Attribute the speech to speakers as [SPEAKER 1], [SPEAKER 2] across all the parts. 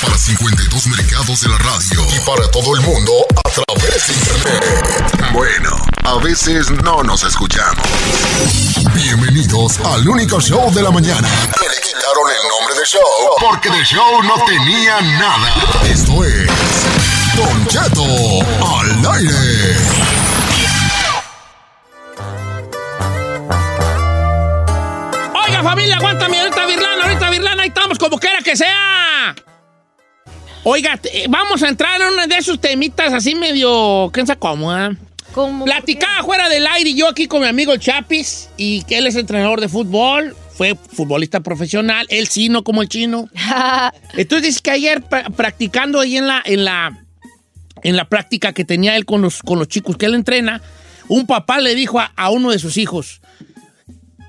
[SPEAKER 1] Para 52 mercados de la radio y para todo el mundo a través de internet. Bueno, a veces no nos escuchamos. Bienvenidos al único show de la mañana. Que le quitaron el nombre de show porque de show no tenía nada. Esto es Don Cheto al aire.
[SPEAKER 2] Oiga, familia, aguántame ahorita, Virlana, ahorita, Virlana, ahí estamos como quiera que sea. Oiga, te- eh, vamos a entrar en una de esos temitas así medio, ¿quién sabe cómo? ah?
[SPEAKER 3] Como
[SPEAKER 2] Platicaba fuera del aire yo aquí con mi amigo el Chapis, y que él es entrenador de fútbol, fue futbolista profesional, él sí, no como el chino. Entonces dice que ayer pra- practicando ahí en la, en la, en la práctica que tenía él con los, con los chicos que él entrena, un papá le dijo a, a uno de sus hijos,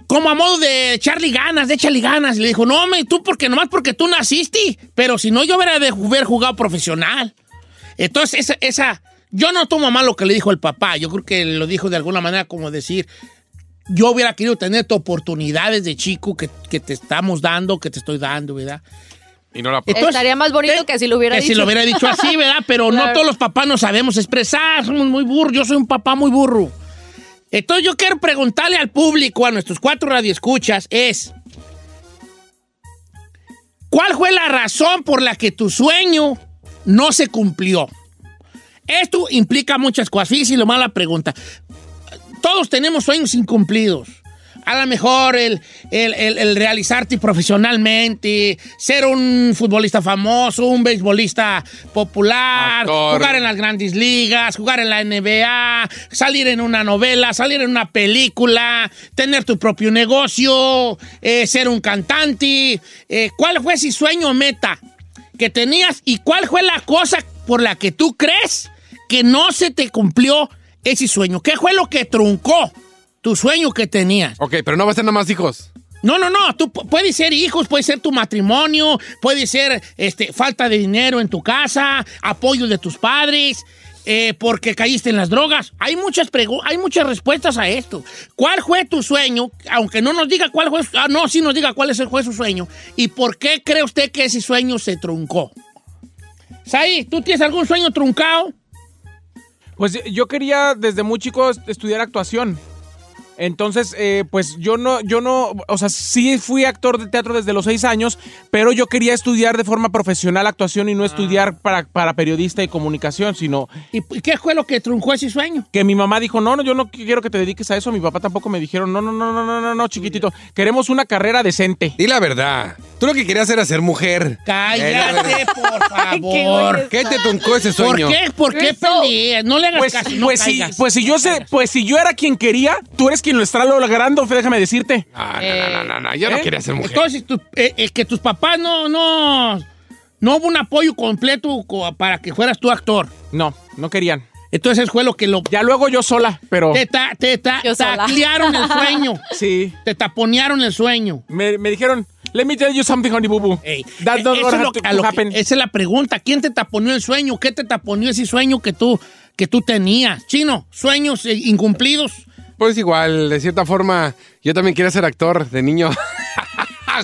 [SPEAKER 2] como a modo de echarle ganas, de échale ganas, y le dijo, no, me, tú porque nomás porque tú naciste, pero si no yo hubiera de haber jugado profesional. Entonces, esa, esa, yo no tomo mal lo que le dijo el papá, yo creo que lo dijo de alguna manera como decir, yo hubiera querido tener tu oportunidades de chico que, que te estamos dando, que te estoy dando, ¿verdad?
[SPEAKER 4] Y no la
[SPEAKER 2] Entonces, ¿eh?
[SPEAKER 3] Estaría más bonito que si lo hubiera
[SPEAKER 2] que
[SPEAKER 3] dicho.
[SPEAKER 2] si lo hubiera dicho así, ¿verdad? Pero no
[SPEAKER 3] Claro.
[SPEAKER 2] todos los papás no sabemos expresar, somos muy burros, yo soy un papá muy burro. Entonces yo quiero preguntarle al público, a nuestros cuatro radioescuchas, es, ¿cuál fue la razón por la que tu sueño no se cumplió? Esto implica muchas cosas, fíjese lo mala pregunta. Todos tenemos sueños incumplidos. A lo mejor el, el- el- el realizarte profesionalmente, ser un futbolista famoso, un beisbolista popular,
[SPEAKER 4] Actor.
[SPEAKER 2] jugar en las grandes ligas, jugar en la NBA, salir en una novela, salir en una película, tener tu propio negocio, eh, ser un cantante. Eh, ¿Cuál fue ese sueño o meta que tenías y cuál fue la cosa por la que tú crees que no se te cumplió ese sueño? ¿Qué fue lo que truncó tu sueño que tenías?
[SPEAKER 4] Ok, pero no va a ser nada más hijos.
[SPEAKER 2] No, no, no. Tú pu- puede ser hijos, puede ser tu matrimonio, puede ser este, falta de dinero en tu casa, apoyo de tus padres, eh, porque caíste en las drogas. Hay muchas pregu- hay muchas respuestas a esto. ¿Cuál fue tu sueño? Aunque no nos diga cuál fue, su- ah, no, sí nos diga cuál es el- fue su sueño y por qué cree usted que ese sueño se truncó. Saí, ¿tú tienes algún sueño truncado?
[SPEAKER 5] Pues yo quería desde muy chico estudiar actuación. Entonces, eh, pues yo no, yo no, o sea, sí fui actor de teatro desde los seis años, pero yo quería estudiar de forma profesional actuación y no estudiar para, para periodista y comunicación, sino
[SPEAKER 2] Ah. ¿Y p- qué fue lo que truncó ese sueño?
[SPEAKER 5] que mi mamá dijo, no, no, yo no quiero que te dediques a eso, mi papá tampoco me dijeron, no, no, no, no, no, no, no, chiquitito, queremos una carrera decente.
[SPEAKER 4] Di la verdad. Tú lo que querías era ser mujer.
[SPEAKER 2] Cállate, por
[SPEAKER 3] qué
[SPEAKER 2] favor.
[SPEAKER 3] güey
[SPEAKER 4] ¿Qué te tuncó ese
[SPEAKER 2] ¿Por
[SPEAKER 4] sueño?
[SPEAKER 2] qué? ¿Por qué
[SPEAKER 3] Eso.
[SPEAKER 2] peleas? No le hagas
[SPEAKER 5] Pues,
[SPEAKER 2] caso, no
[SPEAKER 5] pues, si,
[SPEAKER 2] caigas.
[SPEAKER 5] pues si yo
[SPEAKER 2] No
[SPEAKER 5] sé,
[SPEAKER 2] caigas.
[SPEAKER 5] pues si yo era quien quería, tú eres quien lo está logrando, Fe, déjame decirte.
[SPEAKER 4] Ah, no, no, no, no, no, Yo no
[SPEAKER 5] ¿Eh?
[SPEAKER 4] quería ser mujer.
[SPEAKER 2] Entonces, tu- eh, eh, que tus papás no, no, no hubo un apoyo completo co- para que fueras tu actor.
[SPEAKER 5] No, no querían.
[SPEAKER 2] Entonces fue lo que lo...
[SPEAKER 5] Ya luego yo sola, pero...
[SPEAKER 2] Te, ta- te ta-
[SPEAKER 3] Yo sola.
[SPEAKER 2] taclearon el sueño.
[SPEAKER 5] Sí.
[SPEAKER 2] Te taponearon el sueño.
[SPEAKER 5] Me, me dijeron, let me tell you something, honey boo boo.
[SPEAKER 2] Ey,
[SPEAKER 5] That
[SPEAKER 2] eh,
[SPEAKER 5] don't
[SPEAKER 2] eso es lo
[SPEAKER 5] have to-
[SPEAKER 2] que- a lo
[SPEAKER 5] to
[SPEAKER 2] que-
[SPEAKER 5] happen.
[SPEAKER 2] esa es la pregunta. ¿Quién te taponeó el sueño? ¿Qué te taponeó ese sueño que tú, que tú tenías? Chino, sueños eh, incumplidos.
[SPEAKER 4] Pues igual, de cierta forma, yo también quería ser actor de niño.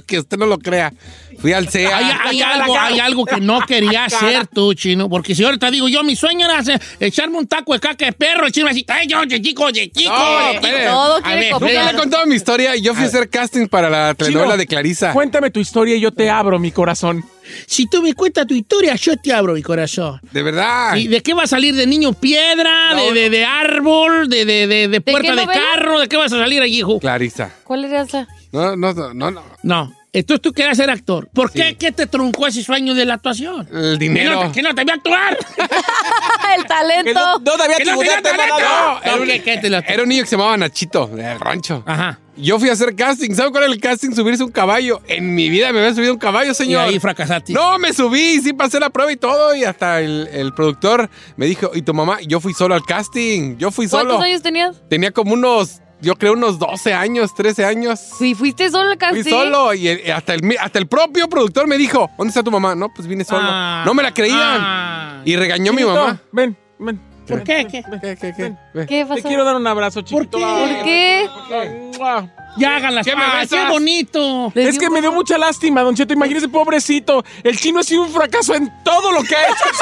[SPEAKER 4] que usted no lo crea. Fui al CEA.
[SPEAKER 2] Hay, hay algo, hay algo que no quería hacer tú, chino. Porque si ahorita digo, yo mi sueño era hacer- echarme un taco de caca de perro, el chino va a decir, ay, yo, de chico, de chico.
[SPEAKER 4] No,
[SPEAKER 2] de
[SPEAKER 4] espere.
[SPEAKER 2] chico".
[SPEAKER 3] Todo
[SPEAKER 2] A
[SPEAKER 3] quiere
[SPEAKER 2] ver,
[SPEAKER 4] Nunca le he
[SPEAKER 3] copiar.
[SPEAKER 4] contado mi historia. Yo fui a hacer casting para la telenovela
[SPEAKER 5] Chino,
[SPEAKER 4] de Clarisa.
[SPEAKER 5] Cuéntame tu historia y yo te abro mi corazón.
[SPEAKER 2] Si tú me cuentas tu historia, yo te abro mi corazón.
[SPEAKER 4] De verdad.
[SPEAKER 2] ¿Y de qué va a salir de niño? ¿Piedra? de, de, de árbol? ¿De, de, de, de puerta de,
[SPEAKER 3] novela?
[SPEAKER 2] carro? ¿De qué vas a salir allí, hijo?
[SPEAKER 4] Clarisa.
[SPEAKER 3] ¿Cuál era esa?
[SPEAKER 4] No, no, no, no.
[SPEAKER 2] No. Entonces tú querías ser actor. ¿Por qué? ¿Qué te truncó ese sueño de la actuación?
[SPEAKER 4] El
[SPEAKER 2] ¿Que
[SPEAKER 4] dinero.
[SPEAKER 2] no, que no te voy a actuar?
[SPEAKER 3] el talento.
[SPEAKER 4] te había
[SPEAKER 2] ¿Que no tenía talento? No, ¿qué- qué te lo-
[SPEAKER 4] Era un niño que se llamaba Nachito, del rancho.
[SPEAKER 2] Ajá.
[SPEAKER 4] Yo fui a hacer casting. ¿Saben cuál era el casting? Subirse un caballo. En mi vida me había subido un caballo,
[SPEAKER 2] Y
[SPEAKER 4] señor.
[SPEAKER 2] ahí fracasaste.
[SPEAKER 4] No, me subí, sí pasé la prueba y todo. Y hasta el, el productor me dijo, ¿y tu mamá? Yo fui solo al casting. Yo fui solo.
[SPEAKER 3] ¿Cuántos años tenías?
[SPEAKER 4] Tenía como unos, yo creo, unos 12 años, 13 años.
[SPEAKER 3] Sí, fuiste solo al
[SPEAKER 4] Fui
[SPEAKER 3] casting.
[SPEAKER 4] solo y el- hasta, el, mi- hasta el propio productor me dijo, ¿dónde está tu mamá? No, pues vine solo.
[SPEAKER 2] Ah,
[SPEAKER 4] no me la creían.
[SPEAKER 2] ah.
[SPEAKER 4] y regañó mi
[SPEAKER 5] Chinito,
[SPEAKER 4] mamá.
[SPEAKER 5] Ven, ven.
[SPEAKER 2] ¿Por qué? ¿Qué?
[SPEAKER 4] ¿Qué, qué, qué? Ve.
[SPEAKER 3] ¿Qué
[SPEAKER 5] Te
[SPEAKER 3] pasó?
[SPEAKER 5] quiero dar un abrazo, chiquito.
[SPEAKER 2] qué?
[SPEAKER 5] Ay,
[SPEAKER 3] ¿Por qué?
[SPEAKER 5] ¡Mua!
[SPEAKER 2] Ya hagan las
[SPEAKER 4] ¿Qué me
[SPEAKER 2] pagas. ¡Qué
[SPEAKER 4] besas?
[SPEAKER 2] bonito!
[SPEAKER 3] Le
[SPEAKER 5] Es
[SPEAKER 3] dio
[SPEAKER 5] que me dio mucha lástima, Don Cheto. Imagínese, pobrecito. El chino ha sido un fracaso en todo lo que ha hecho. en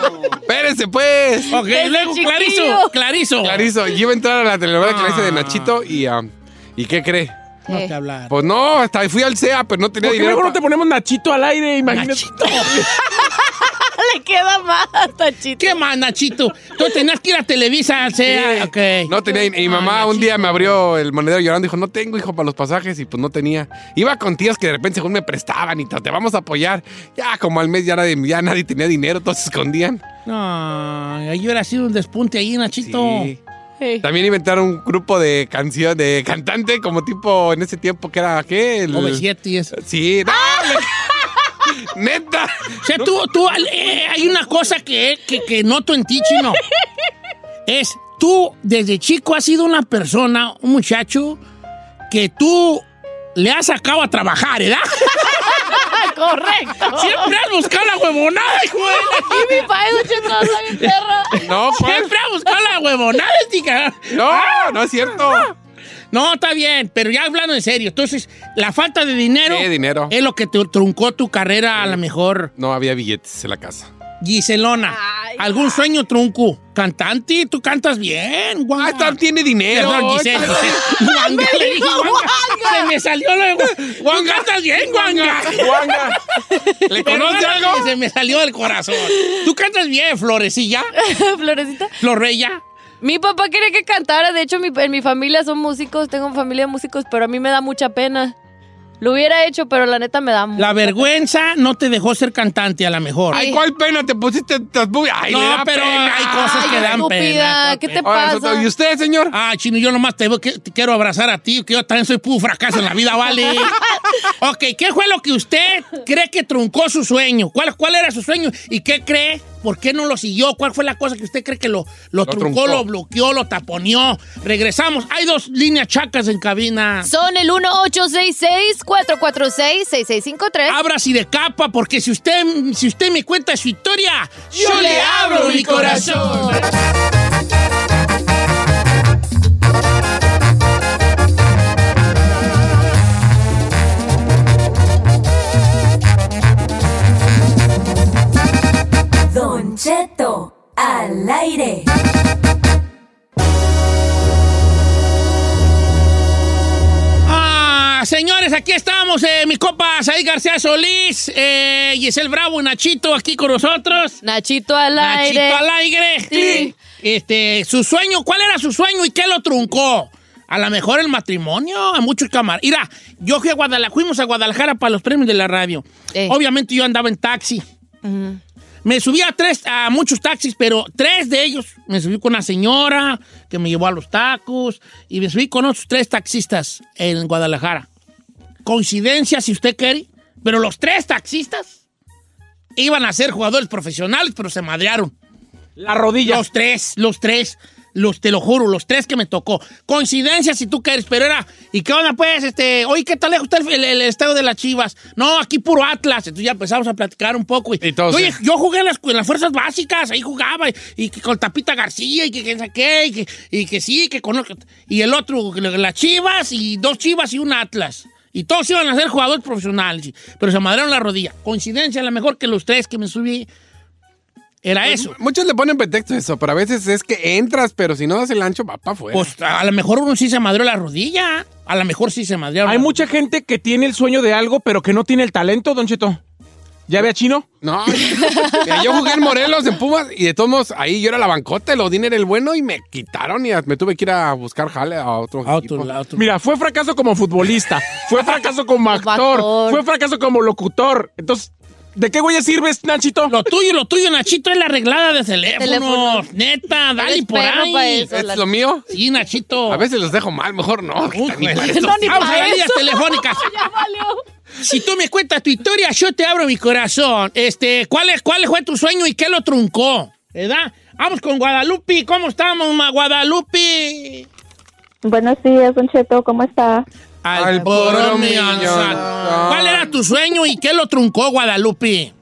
[SPEAKER 5] su vida.
[SPEAKER 4] Espérense, pues.
[SPEAKER 2] Ok, luego
[SPEAKER 3] chiquillo.
[SPEAKER 2] Clarizo. Clarizo.
[SPEAKER 4] Clarizo, yo iba a entrar a la telenovela que le hice de Nachito y, am, ¿y qué cree?
[SPEAKER 2] No
[SPEAKER 3] Eh.
[SPEAKER 2] te hablar.
[SPEAKER 4] Pues no, hasta fui al CEA, pero no tenía
[SPEAKER 5] ¿Por qué
[SPEAKER 4] dinero.
[SPEAKER 5] mejor no
[SPEAKER 4] pa-
[SPEAKER 5] te ponemos Nachito al aire? Imagínate.
[SPEAKER 2] Nachito.
[SPEAKER 3] Le queda más, Tachito.
[SPEAKER 2] ¿Qué más, Nachito? Tú tenías que ir a Televisa, o sea, ok.
[SPEAKER 4] No tenía, y mi mamá un día me abrió el monedero llorando, dijo, no tengo hijo para los pasajes y pues no tenía. Iba con tías que de repente según me prestaban y todo, te vamos a apoyar. Ya como al mes ya nadie, ya nadie tenía dinero, todos se escondían.
[SPEAKER 2] No, ahí hubiera sido un despunte ahí, Nachito.
[SPEAKER 4] Sí.
[SPEAKER 3] Hey.
[SPEAKER 4] También inventaron un grupo de canción, de cantante como tipo en ese tiempo que era, ¿qué? El-
[SPEAKER 2] OV7 y eso.
[SPEAKER 4] Sí, no, le- Neta.
[SPEAKER 2] O sea, tú, tú, eh, hay una cosa que, que, que noto en ti, chino. Es, tú desde chico has sido una persona, un muchacho, que tú le has sacado a trabajar, ¿verdad?
[SPEAKER 3] Correcto.
[SPEAKER 2] Siempre has buscado la huevonada, hijo de la-
[SPEAKER 3] Y mi padre, Don Cheto, está bien perra.
[SPEAKER 4] No, ¿cuál?
[SPEAKER 2] Siempre has buscado la huevonada, tica.
[SPEAKER 4] No, no es cierto.
[SPEAKER 2] No, está bien, pero ya hablando en serio. Entonces, la falta de dinero,
[SPEAKER 4] Sí, dinero.
[SPEAKER 2] es lo que te truncó tu carrera a la mejor.
[SPEAKER 4] No había billetes en la casa.
[SPEAKER 2] Giselona,
[SPEAKER 3] Ay.
[SPEAKER 2] ¿algún sueño trunco? Cantante, tú cantas bien, guau.
[SPEAKER 4] Ah, está- tiene dinero.
[SPEAKER 2] Perdón, Giselle, Giselle. Guanga, le dije, guanga. Se me salió lo de guanga. Guanga, estás bien, guanga.
[SPEAKER 4] Guanga. ¿Le conoce
[SPEAKER 2] Perdóname,
[SPEAKER 4] algo?
[SPEAKER 2] Se me salió del corazón. Tú cantas bien, Florecilla,
[SPEAKER 3] Florecita.
[SPEAKER 2] Florella.
[SPEAKER 3] Mi papá quería que cantara. De hecho, mi- en mi familia son músicos. Tengo familia de músicos, pero a mí me da mucha pena. Lo hubiera hecho, pero la neta me da mucha
[SPEAKER 2] La vergüenza no te dejó ser cantante, a lo mejor.
[SPEAKER 4] Ay, ¿cuál pena? Te pusiste estas bubias. Ay, le
[SPEAKER 2] no,
[SPEAKER 4] da
[SPEAKER 2] pero
[SPEAKER 4] pena.
[SPEAKER 2] hay cosas que
[SPEAKER 3] Ay,
[SPEAKER 2] dan
[SPEAKER 3] estúpida,
[SPEAKER 2] pena.
[SPEAKER 3] ¿qué te
[SPEAKER 4] Ahora,
[SPEAKER 3] pasa?
[SPEAKER 4] Soto, ¿Y usted, señor?
[SPEAKER 2] Ah, chino, yo nomás te, veo que- te quiero abrazar a ti, que yo también soy puro fracaso en la vida, vale. ok, ¿qué fue lo que usted cree que truncó su sueño? ¿Cuál, cuál era su sueño? ¿Y qué cree? ¿Por qué no lo siguió? ¿Cuál fue la cosa que usted cree que lo, lo, truncó,
[SPEAKER 4] truncó.
[SPEAKER 2] lo bloqueó, lo taponeó? Regresamos. Hay dos líneas chacas en cabina.
[SPEAKER 3] Son el 1-866-446-6653.
[SPEAKER 2] Abras y de capa, porque si usted, si usted me cuenta su historia, yo, le abro mi corazón.
[SPEAKER 6] Don Cheto, al aire.
[SPEAKER 2] Ah, señores, aquí estamos, eh, mi copa Saí García Solís, eh, Giselle Bravo y Nachito aquí con nosotros.
[SPEAKER 3] Nachito al
[SPEAKER 2] Nachito
[SPEAKER 3] aire.
[SPEAKER 2] al aire.
[SPEAKER 3] Sí.
[SPEAKER 2] Este, su sueño, ¿cuál era su sueño y qué lo truncó? A lo mejor el matrimonio, a muchos camaradas. Mira, yo fui a Guadalajara, fuimos a Guadalajara para los premios de la radio.
[SPEAKER 3] Eh.
[SPEAKER 2] Obviamente yo andaba en taxi. Me subí a tres, a muchos taxis, pero tres de ellos. Me subí con una señora que me llevó a los tacos y me subí con otros tres taxistas en Guadalajara. Coincidencia, si usted quiere, pero los tres taxistas iban a ser jugadores profesionales, pero se madrearon.
[SPEAKER 5] La rodilla.
[SPEAKER 2] Los tres, los tres. Los, te lo juro, los tres que me tocó. Coincidencia si tú quieres, pero era. ¿Y qué onda, pues? Este, oye, ¿qué tal lejos está el, el, el estadio de las Chivas? No, aquí puro Atlas. Entonces ya empezamos a platicar un poco. Y,
[SPEAKER 4] Y todos,
[SPEAKER 2] oye,
[SPEAKER 4] sí.
[SPEAKER 2] yo jugué en las, en las fuerzas básicas, ahí jugaba, y, y que con Tapita García, y que, que saqué, y que, y que sí, que conozco. Y el otro, las Chivas, y dos Chivas y un Atlas. Y todos iban a ser jugadores profesionales, pero se madrearon la rodilla. Coincidencia, la mejor que los tres que me subí era eso.
[SPEAKER 4] Pues, Muchos le ponen pretexto a eso, pero a veces es que entras, pero si no das el ancho, va para afuera.
[SPEAKER 2] Pues a lo mejor uno sí se madreó la rodilla, a lo mejor sí se madrearon.
[SPEAKER 5] Hay
[SPEAKER 2] la
[SPEAKER 5] mucha gente que tiene el sueño de algo, pero que no tiene el talento, Don Cheto. ¿Ya ve a Chino?
[SPEAKER 4] No, mira, yo jugué en Morelos, en Pumas, y de todos modos, ahí yo era la bancota, el Odín era el bueno, y me quitaron y me tuve que ir a buscar jale a otro
[SPEAKER 2] rodilla. A
[SPEAKER 4] equipo.
[SPEAKER 2] otro lado, a otro-
[SPEAKER 5] Mira, fue fracaso como futbolista, fue fracaso como actor,
[SPEAKER 3] actor.
[SPEAKER 5] fue fracaso como locutor. Entonces, ¿de qué güey sirves, Nachito?
[SPEAKER 2] Lo tuyo, lo tuyo, Nachito, es la arreglada de teléfonos.
[SPEAKER 3] Teléfono.
[SPEAKER 2] Neta, dale
[SPEAKER 3] Eres
[SPEAKER 2] por
[SPEAKER 3] perro pa'
[SPEAKER 2] ahí.
[SPEAKER 3] eso.
[SPEAKER 4] ¿Es lo mío?
[SPEAKER 2] Sí, Nachito.
[SPEAKER 4] A veces los dejo mal, mejor no.
[SPEAKER 2] Uy,
[SPEAKER 4] ni
[SPEAKER 2] pues.
[SPEAKER 4] para esto.
[SPEAKER 3] No, ni
[SPEAKER 2] Vamos a
[SPEAKER 3] para
[SPEAKER 2] ver líneas
[SPEAKER 3] eso.
[SPEAKER 2] telefónicas.
[SPEAKER 3] Ya valió.
[SPEAKER 2] Si tú me cuentas tu historia, yo te abro mi corazón. Este, ¿cuál, es, ¿Cuál fue tu sueño y qué lo truncó? ¿Verdad? Vamos con Guadalupe. ¿Cómo estamos, ma Guadalupe?
[SPEAKER 7] Buenos días, Don Cheto, ¿cómo está?
[SPEAKER 2] Al,
[SPEAKER 4] Al
[SPEAKER 2] por
[SPEAKER 4] poro
[SPEAKER 2] mi
[SPEAKER 4] millón.
[SPEAKER 2] alzar. ¿Cuál era tu sueño y qué lo truncó, Guadalupe?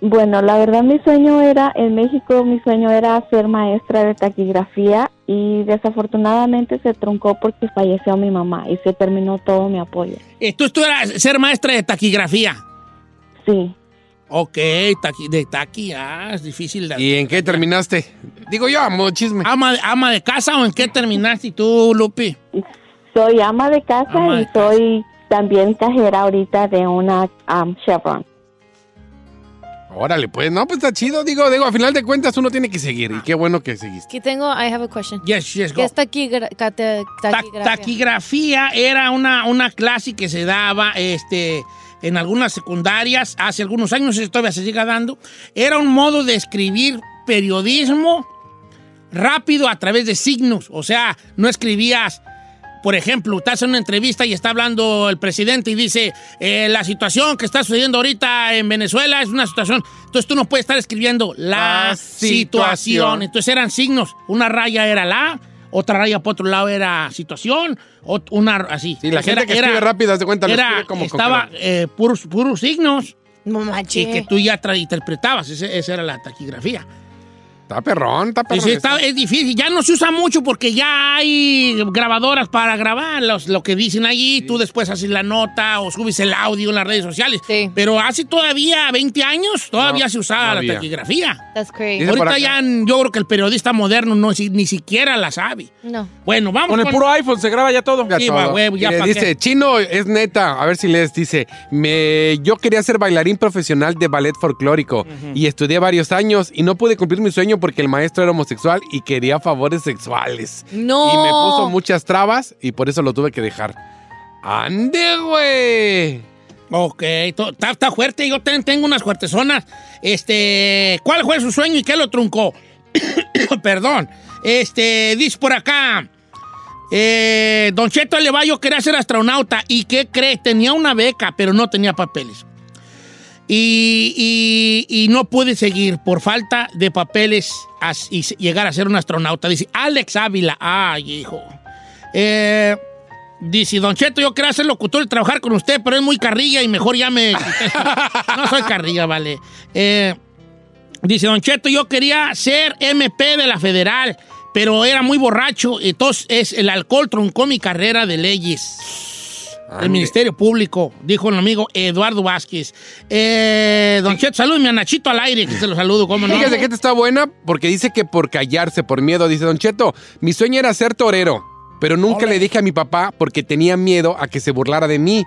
[SPEAKER 7] Bueno, la verdad mi sueño era, en México mi sueño era ser maestra de taquigrafía y desafortunadamente se truncó porque falleció mi mamá y se terminó todo mi apoyo.
[SPEAKER 2] Esto, esto era ser maestra de taquigrafía.
[SPEAKER 7] Sí,
[SPEAKER 2] Ok, taqui- de taqui, ah, es difícil de...
[SPEAKER 4] ¿Y en qué terminaste? Digo yo, amo chisme.
[SPEAKER 2] ¿Ama, ¿Ama de casa o en qué terminaste tú, Lupi?
[SPEAKER 7] soy ama de casa
[SPEAKER 2] Ama de
[SPEAKER 7] y soy también cajera ahorita de una am, Chevron.
[SPEAKER 4] Órale, pues, no, pues está chido. Digo, digo, a final de cuentas uno tiene que seguir.
[SPEAKER 2] Ah.
[SPEAKER 4] Y qué bueno que seguiste.
[SPEAKER 3] Aquí tengo, I have a question.
[SPEAKER 2] Yes, yes, go.
[SPEAKER 3] ¿Qué es taquigra- cate-
[SPEAKER 2] Ta-
[SPEAKER 3] taquigrafía?
[SPEAKER 2] taquigrafía era una, una clase que se daba este, en algunas secundarias hace algunos años, y todavía se sigue dando. Era un modo de escribir periodismo rápido a través de signos. O sea, no escribías, por ejemplo, estás en una entrevista y está hablando el presidente y dice, eh, la situación que está sucediendo ahorita en Venezuela es una situación. Entonces tú no puedes estar escribiendo la,
[SPEAKER 4] La
[SPEAKER 2] situación.
[SPEAKER 4] situación.
[SPEAKER 2] Entonces eran signos. Una raya era la, otra raya por otro lado era situación, ot- una así.
[SPEAKER 4] Sí, la
[SPEAKER 2] Entonces,
[SPEAKER 4] gente que escribe rápido, haz de cuenta, lo
[SPEAKER 2] era-
[SPEAKER 4] escribe como con
[SPEAKER 2] estaba eh, puros, puros signos
[SPEAKER 3] No
[SPEAKER 2] y que
[SPEAKER 3] manches.
[SPEAKER 2] tú ya tra- interpretabas. Ese- esa era la taquigrafía.
[SPEAKER 4] Está perrón, está
[SPEAKER 2] Y
[SPEAKER 4] perrón.
[SPEAKER 2] sí está- es difícil, ya no se usa mucho porque ya hay grabadoras para grabar los- lo que dicen allí, tú después haces la nota o subes el audio en las redes sociales.
[SPEAKER 3] Sí.
[SPEAKER 2] Pero hace todavía 20 años todavía
[SPEAKER 4] No,
[SPEAKER 2] se usaba
[SPEAKER 4] no
[SPEAKER 2] la
[SPEAKER 4] había.
[SPEAKER 2] taquigrafía.
[SPEAKER 3] That's crazy.
[SPEAKER 4] Dice por
[SPEAKER 2] Ahorita
[SPEAKER 4] acá.
[SPEAKER 2] ya n- yo creo que el periodista moderno no si- ni siquiera la sabe.
[SPEAKER 3] No.
[SPEAKER 2] Bueno, vamos
[SPEAKER 5] Con el puro iPhone se graba ya todo.
[SPEAKER 4] Ya
[SPEAKER 2] Sí,
[SPEAKER 4] todo.
[SPEAKER 2] va, huevo, ya
[SPEAKER 4] Mire,
[SPEAKER 2] pa'
[SPEAKER 4] dice,
[SPEAKER 2] qué.
[SPEAKER 4] chino, es neta. A ver si lees. Dice, me, yo quería ser bailarín profesional de ballet folclórico y estudié varios años y no pude cumplir mi sueño porque el maestro era homosexual y quería favores sexuales.
[SPEAKER 3] No.
[SPEAKER 4] Y me puso muchas trabas y por eso lo tuve que dejar. Ah, ¡Ande, güey!
[SPEAKER 2] Ok, to- está, está fuerte, yo ten- tengo unas fuertezonas. Este, ¿cuál fue su sueño y qué lo truncó? Perdón. Este, dice por acá. eh, Don Cheto Levallo quería ser astronauta y ¿qué cree? Tenía una beca, pero no tenía papeles. Y, y- y no pude seguir por falta de papeles as- y se- llegar a ser un astronauta. Dice Alex Ávila. Ay, hijo. Eh, Dice, Don Cheto, yo quería ser locutor y trabajar con usted, pero es muy carrilla y mejor ya me... no soy carrilla, vale. Eh, dice, Don Cheto, yo quería ser MP de la Federal, pero era muy borracho, entonces es- el alcohol truncó mi carrera de leyes.
[SPEAKER 4] Ande.
[SPEAKER 2] El Ministerio Público, dijo el amigo Eduardo Vázquez. Eh, don Cheto, salúdeme a Nachito al aire, que se lo saludo, ¿cómo no?
[SPEAKER 4] Fíjese que esta está buena porque dice que por callarse, por miedo, dice Don Cheto, mi sueño era ser torero, pero nunca le dije a mi papá porque tenía miedo a que se burlara de mí.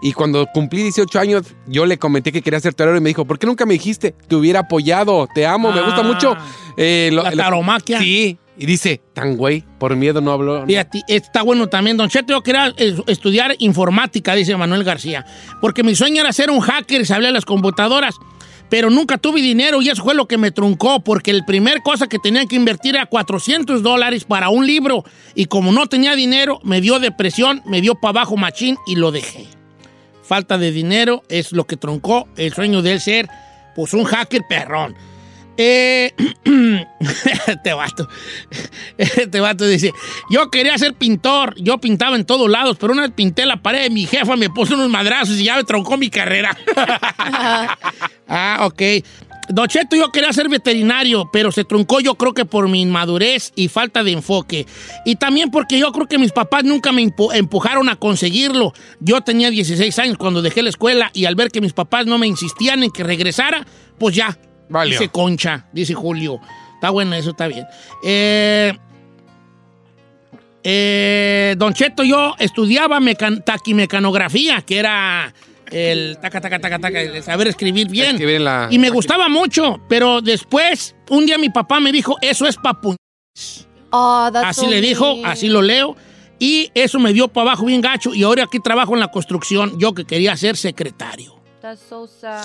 [SPEAKER 4] Y cuando cumplí 18 años, yo le comenté que quería ser torero y me dijo, ¿por qué nunca me dijiste? Te hubiera apoyado, te amo, me gusta
[SPEAKER 2] Ah,
[SPEAKER 4] mucho. eh, lo-
[SPEAKER 2] La
[SPEAKER 4] la-
[SPEAKER 2] taromaquia.
[SPEAKER 4] sí, y dice, tan güey, por miedo no habló.
[SPEAKER 2] Fíjate, está bueno también, Don Cheto. Yo quería eh, estudiar informática, dice Manuel García, porque mi sueño era ser un hacker y saber las computadoras, pero nunca tuve dinero y eso fue lo que me truncó, porque el primer cosa que tenía que invertir era 400 dólares para un libro y como no tenía dinero, me dio depresión, me dio para abajo machín y lo dejé. Falta de dinero es lo que truncó el sueño de él ser, pues, un hacker perrón. Eh, este vato. Este vato dice, yo quería ser pintor, yo pintaba en todos lados, pero una vez pinté la pared de mi jefa, me puso unos madrazos y ya me troncó mi carrera. ah, ok. Don Cheto, yo quería ser veterinario, pero se truncó yo creo que por mi inmadurez y falta de enfoque. Y también porque yo creo que mis papás nunca me empu- empujaron a conseguirlo. Yo tenía 16 años cuando dejé la escuela y al ver que mis papás no me insistían en que regresara, pues ya.
[SPEAKER 4] Valió.
[SPEAKER 2] Dice Concha, dice Julio. Está bueno, eso está bien. Eh, eh, don Cheto, yo estudiaba mecan- taquimecanografía, que era el taca, taca, taca, taca, el saber escribir bien.
[SPEAKER 4] Escribir en la-
[SPEAKER 2] Y me gustaba mucho, pero después, un día mi papá me dijo, eso es papu...
[SPEAKER 3] Oh, that's
[SPEAKER 2] Así
[SPEAKER 3] so
[SPEAKER 2] le dijo,
[SPEAKER 3] mean.
[SPEAKER 2] así lo leo. Y eso me dio para abajo bien gacho. Y ahora aquí trabajo en la construcción. Yo que quería ser secretario.
[SPEAKER 3] That's so sad.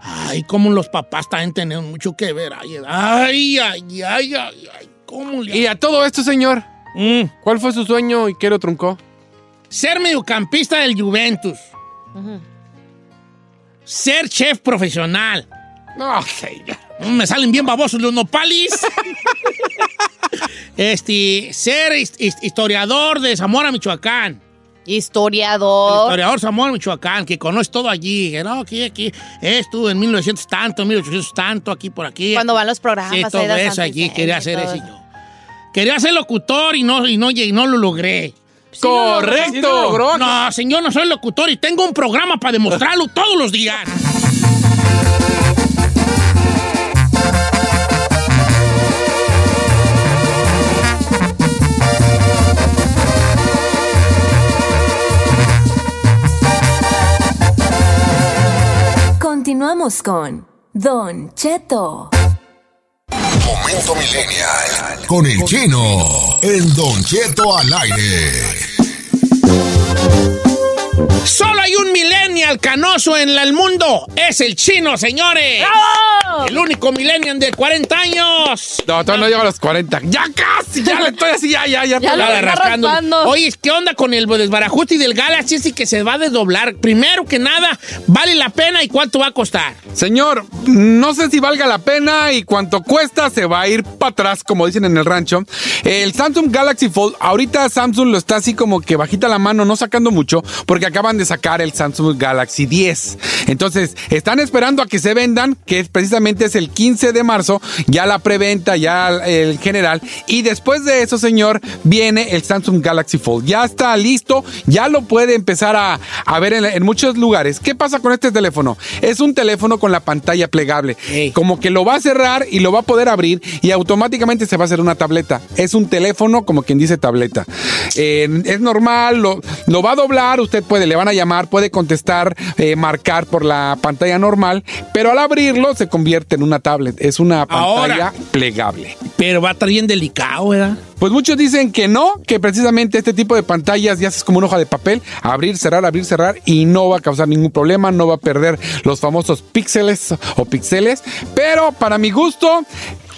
[SPEAKER 2] Ay, como los papás también tienen mucho que ver. Ay, ay, ay, ay, ay, ay, cómo le...
[SPEAKER 4] Y a todo esto, señor,
[SPEAKER 2] Mm.
[SPEAKER 4] ¿cuál fue su sueño y qué lo truncó?
[SPEAKER 2] Ser mediocampista del Juventus. Ser chef profesional. Mm,
[SPEAKER 4] No, señor.
[SPEAKER 2] Me salen bien babosos los nopalis. este, ser his- his- historiador de Zamora, Michoacán.
[SPEAKER 3] Historiador.
[SPEAKER 2] Historiador Zamora, Michoacán, que conoce todo allí. Que No, aquí, aquí. Estuvo en 1900 tanto, 1800 tanto, aquí por aquí.
[SPEAKER 3] Cuando van los programas.
[SPEAKER 2] Sí,
[SPEAKER 3] ahí
[SPEAKER 2] todo
[SPEAKER 3] das
[SPEAKER 2] eso allí.
[SPEAKER 3] antiseñas
[SPEAKER 2] Quería
[SPEAKER 3] y
[SPEAKER 2] ser
[SPEAKER 3] todo.
[SPEAKER 2] ese yo. Quería ser locutor y no, y no, y no lo logré.
[SPEAKER 4] ¡Correcto!
[SPEAKER 5] Sí lo logró.
[SPEAKER 2] No, señor, no soy locutor y tengo un programa para demostrarlo todos los días.
[SPEAKER 6] Continuamos con Don Cheto.
[SPEAKER 1] Momento Millennial. Con el chino. En Don Cheto al aire.
[SPEAKER 2] Solo hay un millennial canoso en la- el mundo. Es el chino, señores. El único millennial de 40 años.
[SPEAKER 4] No, todavía no llego a los 40. ¡Ya casi! Ya le estoy así, ya, ya, ya.
[SPEAKER 3] Ya lo
[SPEAKER 2] Estaba
[SPEAKER 3] está
[SPEAKER 2] rascando.
[SPEAKER 3] raspando.
[SPEAKER 2] Oye, ¿qué onda con el desbarajuste y del Galaxy? Sí que se va a desdoblar. Primero que nada, ¿vale la pena y cuánto va a costar?
[SPEAKER 4] Señor, no sé si valga la pena y cuánto cuesta, se va a ir para atrás, como dicen en el rancho. El Samsung Galaxy Fold, ahorita Samsung lo está así como que bajita la mano, no sacando mucho, porque acaban de sacar el Samsung Galaxy 10. Entonces, están esperando a que se vendan, que es- precisamente es el 15 de marzo, ya la preventa, ya el general. Y después de eso, señor, viene el Samsung Galaxy Fold. Ya está listo, ya lo puede empezar a, a ver en, en muchos lugares. ¿Qué pasa con este teléfono? Es un teléfono con la pantalla plegable.
[SPEAKER 2] Ey.
[SPEAKER 4] Como que lo va a cerrar y lo va a poder abrir y automáticamente se va a hacer una tableta. Es un teléfono como quien dice tableta. Eh, es normal, lo, lo va a doblar, usted puede, le van a llamar, puede contestar, eh, marcar por la pantalla normal, pero al abrirlo se convierte en una tablet. Es una pantalla
[SPEAKER 2] Ahora.
[SPEAKER 4] plegable.
[SPEAKER 2] Pero va a estar bien delicado, ¿verdad?
[SPEAKER 4] Pues muchos dicen que no, que precisamente este tipo de pantallas ya es como una hoja de papel, abrir, cerrar, abrir, cerrar y no va a causar ningún problema, no va a perder los famosos píxeles o píxeles, pero para mi gusto,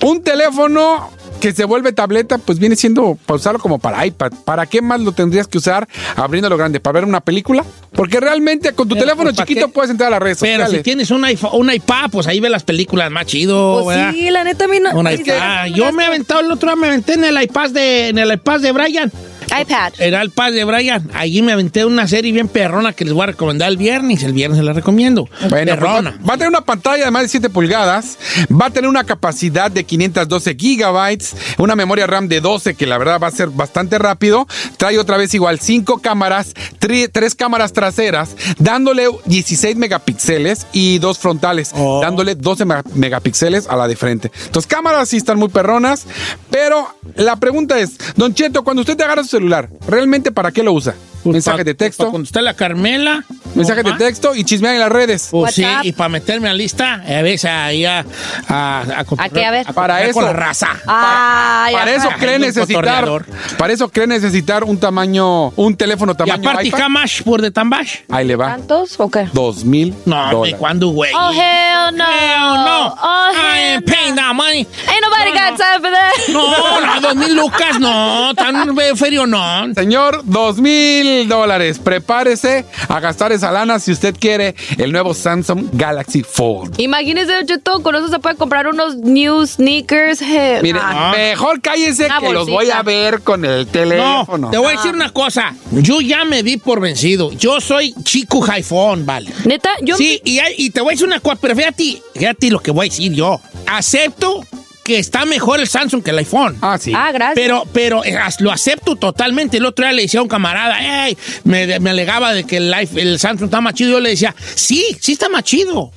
[SPEAKER 4] un teléfono que se vuelve tableta, pues viene siendo para usarlo como para iPad. ¿Para qué más lo tendrías que usar abriéndolo grande? ¿Para ver una película? Porque realmente con tu
[SPEAKER 2] Pero,
[SPEAKER 4] teléfono
[SPEAKER 2] pues, ¿para
[SPEAKER 4] chiquito
[SPEAKER 2] qué?
[SPEAKER 4] puedes entrar a las redes
[SPEAKER 2] Pero si
[SPEAKER 4] sociales.
[SPEAKER 2] tienes un, iPhone- un iPad, pues ahí ve las películas más chido,
[SPEAKER 3] Pues
[SPEAKER 2] ¿verdad?
[SPEAKER 3] sí, la neta, a mí no.
[SPEAKER 2] Un
[SPEAKER 3] Ay,
[SPEAKER 2] iPad.
[SPEAKER 3] sí,
[SPEAKER 2] Yo me he aventado el otro día, me aventé en el iPad de, en el iPad de Brian.
[SPEAKER 3] iPad.
[SPEAKER 2] Era el pad de Brian. Allí me aventé una serie bien perrona que les voy a recomendar el viernes. El viernes se la recomiendo.
[SPEAKER 4] Bueno, pues
[SPEAKER 2] perrona.
[SPEAKER 4] va, va a tener una pantalla de más de 7 pulgadas, va a tener una capacidad de 512 gigabytes, una memoria RAM de 12 que la verdad va a ser bastante rápido, trae otra vez igual 5 cámaras, 3 cámaras traseras, dándole 16 megapíxeles y dos frontales,
[SPEAKER 2] Oh.
[SPEAKER 4] dándole 12 mega- megapíxeles a la de frente. Entonces cámaras sí están muy perronas, pero la pregunta es, Don Cheto, cuando usted te agarra su celular, ¿realmente para qué lo usa?
[SPEAKER 2] Pues
[SPEAKER 4] Mensaje
[SPEAKER 2] pa-
[SPEAKER 4] de
[SPEAKER 2] pa'
[SPEAKER 4] texto,
[SPEAKER 2] cuando está la Carmela.
[SPEAKER 4] mensaje de
[SPEAKER 2] nomás.
[SPEAKER 4] texto y chismear en las redes.
[SPEAKER 2] Pues sí,
[SPEAKER 3] WhatsApp.
[SPEAKER 2] y para meterme a lista, eh, a veces ahí a. ¿A, a, cotorrear-
[SPEAKER 3] qué? A ver.
[SPEAKER 4] Para
[SPEAKER 2] cotorrear Con
[SPEAKER 4] eso.
[SPEAKER 2] la raza.
[SPEAKER 3] Ay,
[SPEAKER 4] Para eso
[SPEAKER 2] ajá.
[SPEAKER 4] cree
[SPEAKER 2] Un
[SPEAKER 4] necesitar.
[SPEAKER 2] cotorreador.
[SPEAKER 4] Para eso cree necesitar un tamaño, un teléfono
[SPEAKER 2] Y
[SPEAKER 4] tamaño
[SPEAKER 2] aparte,
[SPEAKER 4] iPad.
[SPEAKER 2] Kamash por de Tambash.
[SPEAKER 4] Ahí le va.
[SPEAKER 3] ¿Tantos o qué?
[SPEAKER 4] Dos mil
[SPEAKER 2] No, ¿de
[SPEAKER 4] dólares.
[SPEAKER 2] cuándo, güey?
[SPEAKER 3] Oh, hell no.
[SPEAKER 2] Hell no.
[SPEAKER 3] Oh,
[SPEAKER 2] I
[SPEAKER 3] hell
[SPEAKER 2] ain't paying that money.
[SPEAKER 3] Ain't nobody
[SPEAKER 2] No,
[SPEAKER 3] got time for that.
[SPEAKER 2] No, no, dos mil lucas, no, tan ferio no.
[SPEAKER 4] Señor, dos mil dólares. Prepárese a gastar esa lana si usted quiere el nuevo Samsung Galaxy Fold.
[SPEAKER 3] Imagínese, Don Cheto, con eso se puede comprar unos new sneakers. eh,
[SPEAKER 4] Mire,
[SPEAKER 3] ah.
[SPEAKER 4] mejor cállese
[SPEAKER 3] Una
[SPEAKER 4] que los
[SPEAKER 3] bolsita.
[SPEAKER 4] voy a ver con el teléfono.
[SPEAKER 2] No, te voy a decir una cosa. Yo ya me di por vencido. Yo soy chico jaifón, vale.
[SPEAKER 3] Neta, yo.
[SPEAKER 2] Sí, y, hay- y te voy a decir una cosa, pero fíjate, fíjate lo que voy a decir yo. Acepto que está mejor el Samsung que el iPhone.
[SPEAKER 4] Ah, sí.
[SPEAKER 3] Ah, gracias.
[SPEAKER 2] Pero, pero eh, as- lo acepto totalmente. El otro día le decía a un camarada, "Ey", me, de- me alegaba de que el, iPh- el Samsung está más chido. Yo le decía, sí, sí está más chido.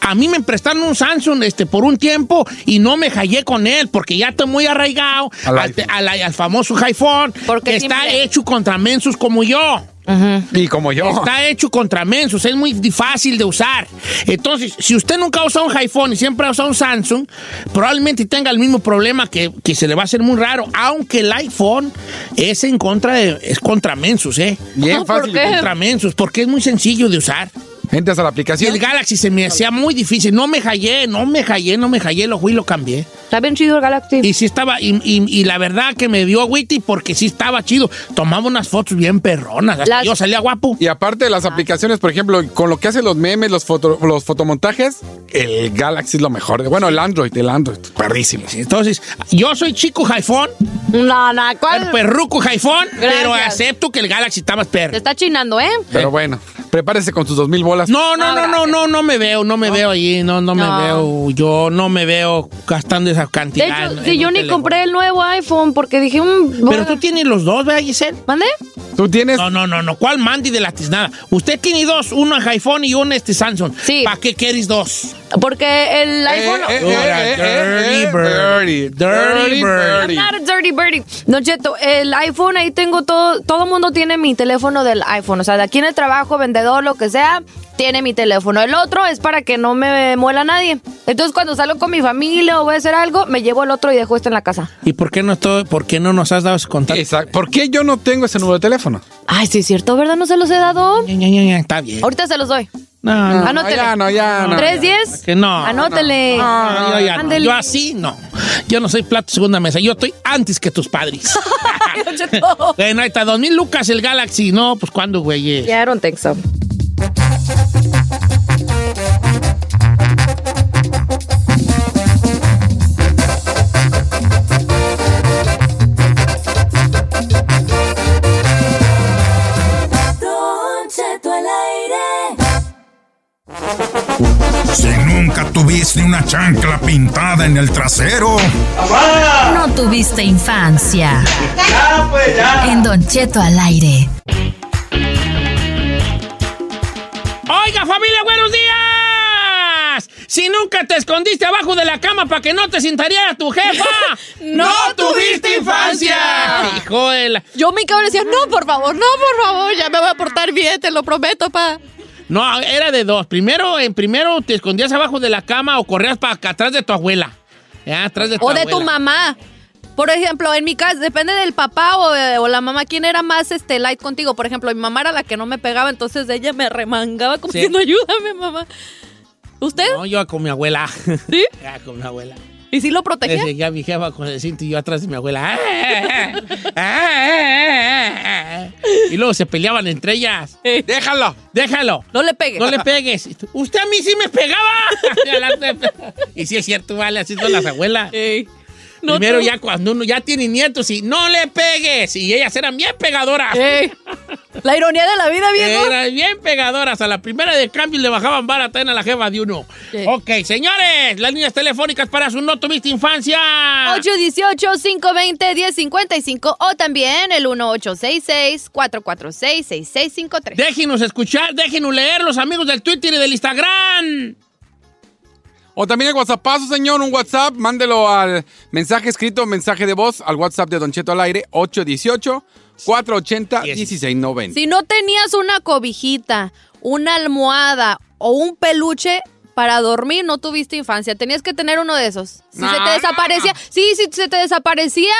[SPEAKER 2] A mí me prestaron un Samsung este, por un tiempo y no me hallé con él porque ya estoy muy arraigado
[SPEAKER 4] Al
[SPEAKER 2] al, al- al famoso iPhone
[SPEAKER 3] Porque
[SPEAKER 2] que está
[SPEAKER 3] simple.
[SPEAKER 2] hecho contra mensos como yo.
[SPEAKER 4] Y como yo.
[SPEAKER 2] Está hecho contra mensos, es muy di- fácil de usar. Entonces, si usted nunca ha usado un iPhone y siempre ha usado un Samsung, probablemente tenga el mismo problema que, que se le va a hacer muy raro, aunque el iPhone es en contra de, es contra mensos, ¿eh?
[SPEAKER 4] Bien
[SPEAKER 3] ¿Por
[SPEAKER 4] fácil.
[SPEAKER 3] qué?
[SPEAKER 2] Contra mensos, porque es muy sencillo de usar.
[SPEAKER 4] Entras a la
[SPEAKER 2] Y el
[SPEAKER 4] aplicación.
[SPEAKER 2] Galaxy se me hacía muy difícil, no me hallé, no me hallé, no me hallé, lo fui y lo cambié.
[SPEAKER 3] Está bien chido el Galaxy.
[SPEAKER 2] Y sí estaba, y, y- y la verdad que me dio agüiti porque sí estaba chido. Tomaba unas fotos bien perronas, hasta
[SPEAKER 3] Las-
[SPEAKER 2] yo salía guapo.
[SPEAKER 4] Y aparte de las aplicaciones, por ejemplo, con lo que hacen los memes, los, foto- los fotomontajes, el Galaxy es lo mejor. Bueno, el Android, el Android, perrísimo.
[SPEAKER 2] Entonces, yo soy chico jaifón,
[SPEAKER 3] No, no,
[SPEAKER 2] el
[SPEAKER 3] ¿cuál?
[SPEAKER 2] perruco jaifón, pero
[SPEAKER 3] Gracias.
[SPEAKER 2] acepto que el Galaxy está más
[SPEAKER 3] Se
[SPEAKER 2] perro.
[SPEAKER 3] está chinando, ¿eh?
[SPEAKER 4] Pero bueno, prepárese con sus dos mil bolas.
[SPEAKER 2] No,
[SPEAKER 3] No,
[SPEAKER 2] no, no, no,
[SPEAKER 3] gracias.
[SPEAKER 2] no, no me veo, no me veo allí, no, no me
[SPEAKER 3] No.
[SPEAKER 2] veo, yo no me veo gastando esa
[SPEAKER 3] De
[SPEAKER 2] cantidad.
[SPEAKER 3] hecho,
[SPEAKER 2] en-
[SPEAKER 3] si
[SPEAKER 2] en
[SPEAKER 3] yo
[SPEAKER 2] un
[SPEAKER 3] ni
[SPEAKER 2] teléfono.
[SPEAKER 3] compré el nuevo iPhone porque dije, mm,
[SPEAKER 2] Pero
[SPEAKER 3] bueno.
[SPEAKER 2] tú tienes los dos, ¿verdad, Giselle?
[SPEAKER 3] ¿Mande?
[SPEAKER 4] Tú tienes.
[SPEAKER 2] No, no, no, no, ¿cuál Mandy de la tiznada? Usted tiene dos, uno es iPhone y uno este Samsung.
[SPEAKER 3] Sí.
[SPEAKER 2] ¿Para qué quieres dos? Oh,
[SPEAKER 3] Porque el iPhone.
[SPEAKER 4] eh, eh,
[SPEAKER 2] Ahora,
[SPEAKER 4] eh, eh,
[SPEAKER 2] dirty
[SPEAKER 4] eh,
[SPEAKER 2] bird.
[SPEAKER 4] dirty,
[SPEAKER 2] Dirty
[SPEAKER 4] dirty
[SPEAKER 2] bird.
[SPEAKER 3] I'm
[SPEAKER 4] bird.
[SPEAKER 3] not a dirty birdie. Don Cheto, el iPhone, ahí tengo todo, todo mundo tiene mi teléfono del iPhone. O sea, de aquí en el trabajo, vendedor, lo que sea, tiene mi teléfono. El otro es para que no me muela nadie. Entonces, cuando salgo con mi familia o voy a hacer algo, me llevo el otro y dejo este en la casa.
[SPEAKER 2] ¿Y por qué no estoy, por qué no nos has dado ese contacto?
[SPEAKER 4] Exacto. ¿Por qué yo no tengo ese número de teléfono?
[SPEAKER 3] Ay, sí es cierto, ¿verdad? No se los he dado.
[SPEAKER 2] Ña, Ña, Ña, Ña, Está bien.
[SPEAKER 3] Ahorita se los doy.
[SPEAKER 2] No, no.
[SPEAKER 3] Anótele.
[SPEAKER 4] No, Ah, ya no, ya no.
[SPEAKER 2] ¿Para
[SPEAKER 3] 310.
[SPEAKER 2] qué no?
[SPEAKER 3] Anótele.
[SPEAKER 2] No, yo ya no.
[SPEAKER 3] Ándele.
[SPEAKER 2] Yo así no. Yo no soy plato de segunda mesa. Yo estoy antes que tus padres.
[SPEAKER 3] Don Cheto.
[SPEAKER 2] bueno, ahí está. 2000 lucas el Galaxy. No, pues cuándo, güey.
[SPEAKER 3] Yeah, I don't think so.
[SPEAKER 6] Don Cheto al aire.
[SPEAKER 8] Si nunca tuviste una chancla pintada en el trasero,
[SPEAKER 6] No tuviste infancia. En Don Cheto al aire.
[SPEAKER 2] Oiga, familia, buenos días. Si nunca te escondiste abajo de la cama para que no te sintariera tu jefa,
[SPEAKER 3] No tuviste infancia.
[SPEAKER 2] Hijo de la-
[SPEAKER 3] Yo mi cabrón decía, no, por favor, no, por favor, ya me voy a portar bien, te lo prometo, pa.
[SPEAKER 2] No, era de dos. Primero, en primero te escondías abajo de la cama o corrías para atrás de tu abuela. Ya, atrás de tu
[SPEAKER 3] O de tu
[SPEAKER 2] abuela.
[SPEAKER 3] mamá. Por ejemplo, en mi casa, depende del papá o, eh, o la mamá, quién era más este light contigo. Por ejemplo, mi mamá era la que no me pegaba, entonces ella me remangaba como
[SPEAKER 2] Sí.
[SPEAKER 3] diciendo, ayúdame, mamá. ¿Usted?
[SPEAKER 2] No, yo con mi abuela.
[SPEAKER 3] ¿Sí?
[SPEAKER 2] Ya, con mi abuela.
[SPEAKER 3] ¿Y si lo protegía?
[SPEAKER 2] Ese, ya mi jefa con el cinto y yo atrás de mi abuela. Ah, ah, y luego se peleaban entre ellas.
[SPEAKER 4] Déjalo.
[SPEAKER 2] Déjalo.
[SPEAKER 3] No le pegue.
[SPEAKER 2] No le pegues. Y tú, Usted a mí sí me pegaba. y sí es cierto, vale, así son las abuelas.
[SPEAKER 3] Ey. No,
[SPEAKER 2] Primero
[SPEAKER 3] tú-
[SPEAKER 2] ya cuando uno ya tiene nietos y no le pegues. Y ellas eran bien pegadoras.
[SPEAKER 3] Ey. La ironía de la vida, viejo.
[SPEAKER 2] Eran bien pegadoras. A la primera de cambio le bajaban barata en a la jefa de uno.
[SPEAKER 3] Sí.
[SPEAKER 2] Ok, señores, las líneas telefónicas para su no tuviste infancia.
[SPEAKER 3] Oh, 818-520-1055 o también el 1866-446-6653.
[SPEAKER 2] Déjenos escuchar, déjenos leer los amigos del Twitter y del Instagram.
[SPEAKER 4] O también el WhatsAppazo, señor, un WhatsApp, mándelo al mensaje escrito, mensaje de voz, al WhatsApp de Don Cheto al aire, 818-480-1690.
[SPEAKER 3] Si no tenías una cobijita, una almohada o un peluche para dormir, no
[SPEAKER 2] Ah.
[SPEAKER 3] tuviste infancia. Tenías que tener uno de esos. Si se te
[SPEAKER 4] Nah.
[SPEAKER 3] desaparecía, sí, si se te desaparecía,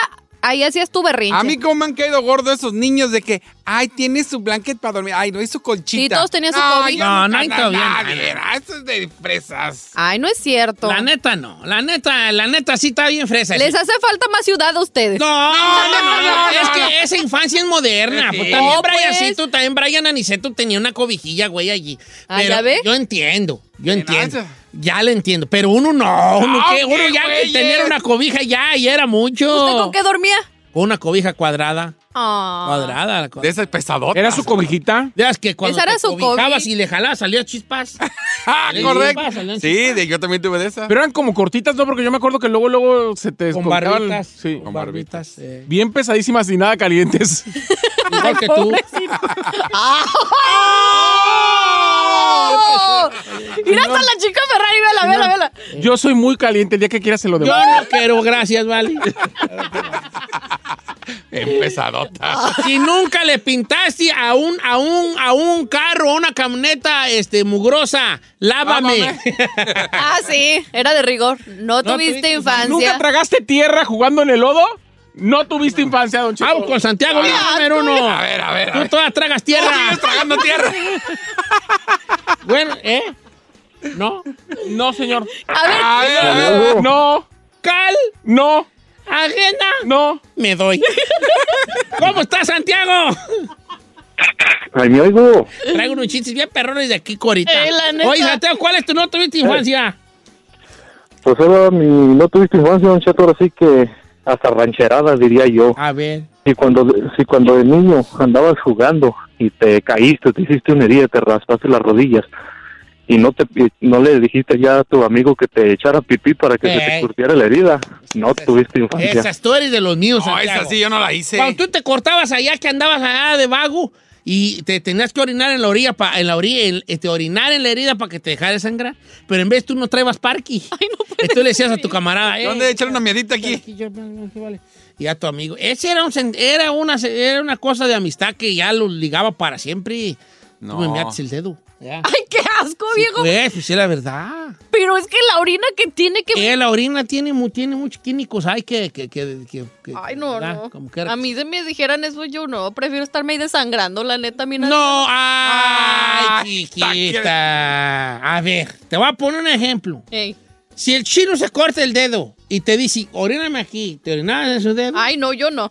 [SPEAKER 3] Ahí así es tu berrinche.
[SPEAKER 4] A mí cómo me han caído gordo esos niños de que, ay, tiene su blanket para dormir, ay, no, es su colchita.
[SPEAKER 3] Sí, todos tenían su COVID.
[SPEAKER 4] yo
[SPEAKER 2] No,
[SPEAKER 4] nunca
[SPEAKER 2] nadie está bien.
[SPEAKER 4] nadie, era, eso es de fresas.
[SPEAKER 3] Ay, no es cierto.
[SPEAKER 2] La neta no, la neta, la neta sí está bien fresa.
[SPEAKER 3] Les hace falta más ciudad a ustedes.
[SPEAKER 2] No, no, no, no, es que esa infancia es moderna. Pues también
[SPEAKER 3] No, pues.
[SPEAKER 2] Briancito, también Brian Aniceto tenía una cobijilla, güey, allí.
[SPEAKER 3] Ah, ¿ya ve?
[SPEAKER 2] Yo entiendo, yo entiendo.
[SPEAKER 4] nada.
[SPEAKER 2] Ya le entiendo, pero uno
[SPEAKER 3] Ah,
[SPEAKER 2] no, uno,
[SPEAKER 4] No,
[SPEAKER 2] ¿qué? uno
[SPEAKER 4] qué
[SPEAKER 2] ya que
[SPEAKER 4] güeyes.
[SPEAKER 2] tener una cobija ya, y era mucho.
[SPEAKER 3] ¿Usted con qué dormía?
[SPEAKER 2] Con una cobija cuadrada,
[SPEAKER 3] Ah.
[SPEAKER 2] cuadrada. la co-
[SPEAKER 4] De esas pesadotas.
[SPEAKER 5] ¿Era su cobijita?
[SPEAKER 2] De las que cuando
[SPEAKER 3] Esa era
[SPEAKER 2] te
[SPEAKER 3] su
[SPEAKER 2] cobijabas
[SPEAKER 3] cobi-
[SPEAKER 2] y le jalabas, salía chispas.
[SPEAKER 4] Ah,
[SPEAKER 2] Sí,
[SPEAKER 4] correcto.
[SPEAKER 2] pásale,
[SPEAKER 4] Sí, de- yo también tuve de esa.
[SPEAKER 5] Pero eran como cortitas, ¿no? Porque yo me acuerdo que luego, luego se te
[SPEAKER 2] con
[SPEAKER 5] descontaban.
[SPEAKER 2] barbitas.
[SPEAKER 5] Sí.
[SPEAKER 2] con
[SPEAKER 4] Con
[SPEAKER 2] barbitas. eh.
[SPEAKER 5] Bien pesadísimas y nada calientes.
[SPEAKER 2] Igual que tú.
[SPEAKER 3] ¡Oh! Mira hasta la chica Ferrari, vela, vela, vela.
[SPEAKER 5] Yo soy muy caliente. El día que quiera se lo debo.
[SPEAKER 2] Yo no quiero, gracias, vale.
[SPEAKER 9] Eh.
[SPEAKER 4] Bien pesadota.
[SPEAKER 2] Si nunca le pintaste a un, a un, a un carro, a una camioneta este, mugrosa, lávame.
[SPEAKER 3] Ah, sí, era de rigor. No,
[SPEAKER 2] tuviste-
[SPEAKER 3] tuviste
[SPEAKER 5] ¿Nunca
[SPEAKER 3] infancia.
[SPEAKER 5] tragaste tierra jugando en el lodo? No tuviste infancia, don Cheto. Ah,
[SPEAKER 2] Vamos con Santiago, Luis número uno.
[SPEAKER 4] A ver, a ver, a
[SPEAKER 2] Tú
[SPEAKER 4] ver.
[SPEAKER 2] todas tragas tierra.
[SPEAKER 4] tragando tierra.
[SPEAKER 2] bueno, ¿eh? ¿No?
[SPEAKER 5] No, señor.
[SPEAKER 3] A ver,
[SPEAKER 4] A ver, a ver.
[SPEAKER 5] No,
[SPEAKER 2] Cal,
[SPEAKER 5] no,
[SPEAKER 2] ajena,
[SPEAKER 5] no.
[SPEAKER 2] me doy. ¿Cómo estás, Santiago?
[SPEAKER 9] Ay, me oigo.
[SPEAKER 2] Traigo unos chistes bien perrones de aquí, Corita.
[SPEAKER 3] Eh, la neta.
[SPEAKER 2] Oye, Santiago, ¿cuál es tu no tuviste
[SPEAKER 4] Eh,
[SPEAKER 2] infancia?
[SPEAKER 9] Pues ahora mi, no tuviste infancia, don Cheto, ahora sí que hasta rancheradas diría yo.
[SPEAKER 2] A ver.
[SPEAKER 9] Si cuando, de- si cuando de niño andabas jugando y te caíste, te hiciste una herida, te raspaste las rodillas y no te y no le dijiste ya a tu amigo que te echara pipí para que se
[SPEAKER 2] Ey.
[SPEAKER 9] te curtiera la herida, no tuviste infancia.
[SPEAKER 2] Eh. Esas tú eres de los míos,
[SPEAKER 4] No,
[SPEAKER 2] Santiago.
[SPEAKER 4] esa sí yo no la hice.
[SPEAKER 2] Cuando tú te cortabas allá, que andabas allá de vago y te tenías que orinar en la orilla, pa- en la orilla, en- este, orinar en la herida para que te dejara de sangrar, pero en vez tú no traibas parqui. Entonces le decías a tu camarada, eh,
[SPEAKER 4] ¿Dónde echar una miedita
[SPEAKER 2] aquí,
[SPEAKER 4] aquí?
[SPEAKER 2] yo- aquí vale. Y a tu amigo. Ese era, un, sen- era, una, era una cosa de amistad que ya los ligaba para siempre.
[SPEAKER 4] No.
[SPEAKER 2] Tú me meates el dedo. Ya.
[SPEAKER 3] ay, qué asco, viejo.
[SPEAKER 2] Pues, pues es la verdad.
[SPEAKER 3] Pero es que la orina que tiene que.
[SPEAKER 2] Eh, la orina tiene, mu- tiene muchos químicos. Ay, que, que, que, que- que-
[SPEAKER 3] Ay, no,
[SPEAKER 2] ¿verdad?
[SPEAKER 3] no.
[SPEAKER 2] Ah, Como que era-
[SPEAKER 3] A mí se me dijeran eso, yo no. Prefiero estarme ahí desangrando, la neta, mira.
[SPEAKER 2] No, ay,
[SPEAKER 4] Ay,
[SPEAKER 2] chiquita. A ver, te voy a poner un ejemplo.
[SPEAKER 3] Ey.
[SPEAKER 2] Si el chino se corta el dedo y te dice, oríname aquí, ¿te orinabas en su dedo?
[SPEAKER 3] Ay, no, yo no.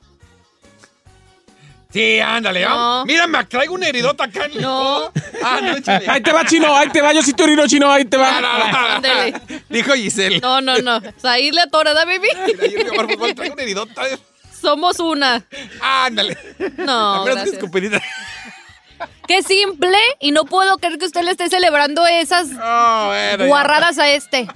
[SPEAKER 4] Sí, ándale.
[SPEAKER 3] No.
[SPEAKER 4] ah. Mira, me traigo una heridota acá. en el
[SPEAKER 3] No.
[SPEAKER 4] codo. Ah, no, échale.
[SPEAKER 5] Ahí te va, chino. Ahí te va. Yo sí te orino, chino. Ahí te
[SPEAKER 4] Ah,
[SPEAKER 5] va.
[SPEAKER 4] no, no, no.
[SPEAKER 3] Ándale.
[SPEAKER 4] Dijo Giselle.
[SPEAKER 3] No, no, no. Ahí le atora, ¿da, baby?
[SPEAKER 4] Mira, yo jugué a jugar fútbol, traigo una heridota.
[SPEAKER 3] Somos una.
[SPEAKER 4] Ándale.
[SPEAKER 3] No,
[SPEAKER 4] Apenas
[SPEAKER 3] gracias.
[SPEAKER 4] escupidita.
[SPEAKER 3] Qué simple y no puedo creer que usted le esté celebrando esas
[SPEAKER 4] No, Ah, bueno, ya.
[SPEAKER 3] guarradas a este.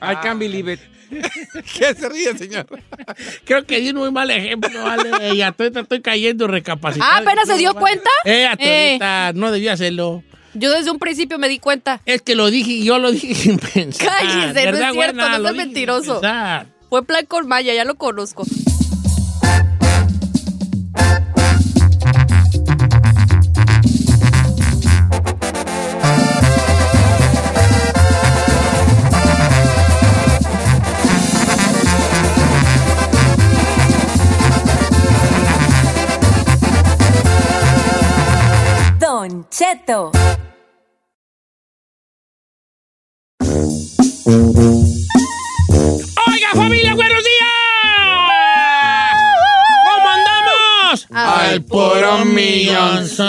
[SPEAKER 5] I can't believe it.
[SPEAKER 4] ¿Qué se ríe, señor?
[SPEAKER 2] Creo que di un muy mal ejemplo, vale. Eh, ya estoy, estoy cayendo recapacitado.
[SPEAKER 3] Ah, apenas se dio
[SPEAKER 2] Vale.
[SPEAKER 3] cuenta.
[SPEAKER 2] Eh, hasta
[SPEAKER 3] Eh.
[SPEAKER 2] ahorita, no debía hacerlo.
[SPEAKER 3] Yo desde un principio me di cuenta.
[SPEAKER 2] Es que lo dije y yo lo dije sin pensar.
[SPEAKER 3] Cállese, no es
[SPEAKER 2] ¿Verdad,
[SPEAKER 3] cierto, no
[SPEAKER 2] güerna? Lo
[SPEAKER 3] seas
[SPEAKER 2] dije sin
[SPEAKER 3] mentiroso.
[SPEAKER 2] pensar.
[SPEAKER 3] Fue plan con Maya, ya lo conozco.
[SPEAKER 6] Don Cheto.
[SPEAKER 2] ¡Oiga, familia, buenos días! ¿Cómo andamos?
[SPEAKER 3] Al
[SPEAKER 2] puro
[SPEAKER 4] millón
[SPEAKER 3] sol.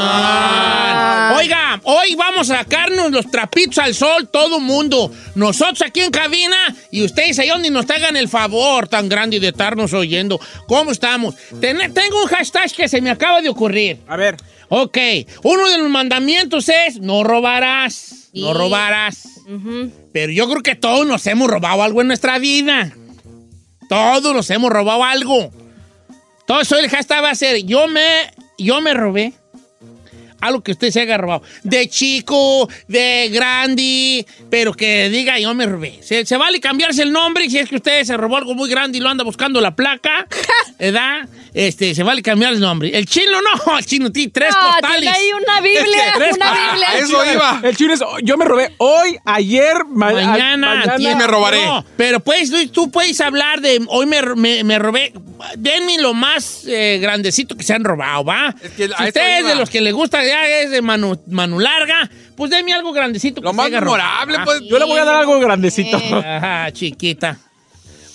[SPEAKER 2] Oiga, hoy vamos a sacarnos los trapitos al sol, todo mundo. Nosotros aquí en cabina y ustedes ahí donde nos hagan el favor tan grande de estarnos oyendo. ¿Cómo estamos? Ten- tengo un hashtag que se me acaba de ocurrir.
[SPEAKER 5] A ver.
[SPEAKER 2] Ok, uno de los mandamientos es no robarás, no
[SPEAKER 3] Sí.
[SPEAKER 2] robarás.
[SPEAKER 3] Ujú.
[SPEAKER 2] Pero yo creo que todos nos hemos robado algo en nuestra vida. Todos nos hemos robado algo. Todo eso el hashtag va a ser, yo me, yo me robé algo que usted se haya robado. De chico, de grande, pero que diga yo me robé. Se, se vale cambiarse el nombre si es que usted se robó algo muy grande y lo anda buscando la placa, ¿verdad? Este, se vale cambiar el nombre. El chino no, el chino tiene tres Este,
[SPEAKER 3] No,
[SPEAKER 2] costales.
[SPEAKER 3] tiene ahí una Biblia, una Biblia.
[SPEAKER 2] El
[SPEAKER 5] Ah, Eso
[SPEAKER 2] chino-
[SPEAKER 5] iba. El chino es, oh, yo me robé hoy, ayer, ma- a-
[SPEAKER 2] Mañana, tiene- No, pero pues tú, tú puedes hablar de hoy me, me- me robé. Denme lo más eh, grandecito que se han robado, ¿va?
[SPEAKER 4] que a
[SPEAKER 2] si
[SPEAKER 4] eso
[SPEAKER 2] usted es
[SPEAKER 4] iba.
[SPEAKER 2] de los que le gusta ya es de manu, manu larga, pues denme algo grandecito
[SPEAKER 4] Lo
[SPEAKER 2] que
[SPEAKER 4] más
[SPEAKER 2] se haya robado.
[SPEAKER 4] memorable,
[SPEAKER 2] Ah,
[SPEAKER 4] pues.
[SPEAKER 5] Yo le voy a dar algo grandecito.
[SPEAKER 2] Ajá, chiquita.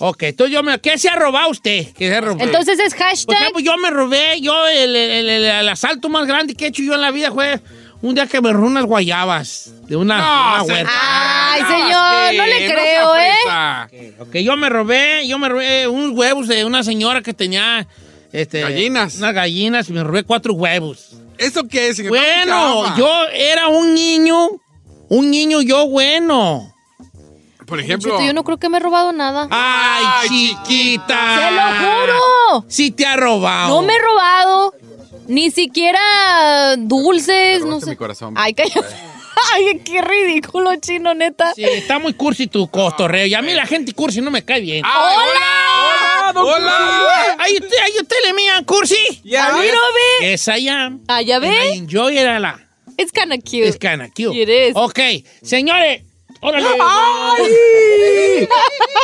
[SPEAKER 2] Ok, entonces yo me. ¿Qué se ha robado usted? ¿Qué se ha robado?
[SPEAKER 3] Entonces es hashtag.
[SPEAKER 2] Por ejemplo, pues yo me robé, yo el, el- el- el asalto más grande que he hecho yo en la vida fue un día que me robé unas guayabas de una,
[SPEAKER 4] No,
[SPEAKER 2] una
[SPEAKER 4] se-
[SPEAKER 2] huerta.
[SPEAKER 3] Ay,
[SPEAKER 4] Ah,
[SPEAKER 3] señor,
[SPEAKER 4] sí,
[SPEAKER 3] no le
[SPEAKER 4] no
[SPEAKER 3] creo,
[SPEAKER 4] sea
[SPEAKER 3] ¿eh?
[SPEAKER 4] fresa.
[SPEAKER 2] Ok, yo me robé, yo me robé unos huevos de una señora que tenía este,
[SPEAKER 4] Gallinas.
[SPEAKER 2] Unas gallinas y me robé cuatro huevos.
[SPEAKER 4] ¿Eso qué es?
[SPEAKER 2] Bueno, yo era un niño, un niño yo bueno.
[SPEAKER 4] Por ejemplo.
[SPEAKER 3] Cheto, yo no creo que me he robado nada.
[SPEAKER 2] Ay,
[SPEAKER 4] Ay,
[SPEAKER 2] chiquita.
[SPEAKER 3] ¡Se lo juro!
[SPEAKER 2] Sí te ha robado.
[SPEAKER 3] No me he robado. Ni siquiera
[SPEAKER 4] Me
[SPEAKER 3] dulces, no
[SPEAKER 4] robaste
[SPEAKER 3] sé.
[SPEAKER 4] mi corazón.
[SPEAKER 3] Ay, cállate. Ay, qué ridículo, chino, neta.
[SPEAKER 2] Sí, está muy cursi tu
[SPEAKER 5] Ah,
[SPEAKER 2] costorreo. Y a mí la gente cursi no me cae bien.
[SPEAKER 4] Ay,
[SPEAKER 5] ¡Hola!
[SPEAKER 4] ¡Hola! ¡Hola!
[SPEAKER 2] Ay, usted, ay, usted le miran cursi.
[SPEAKER 5] Ya
[SPEAKER 3] A mí
[SPEAKER 5] ves.
[SPEAKER 3] no ve.
[SPEAKER 2] Yes, I am.
[SPEAKER 3] Ah, ya
[SPEAKER 2] And I
[SPEAKER 3] ve.
[SPEAKER 2] enjoy it a lot.
[SPEAKER 3] It's kinda cute.
[SPEAKER 2] Es kinda cute.
[SPEAKER 3] It is.
[SPEAKER 2] Ok, señores. Órale.
[SPEAKER 5] ¡Ay!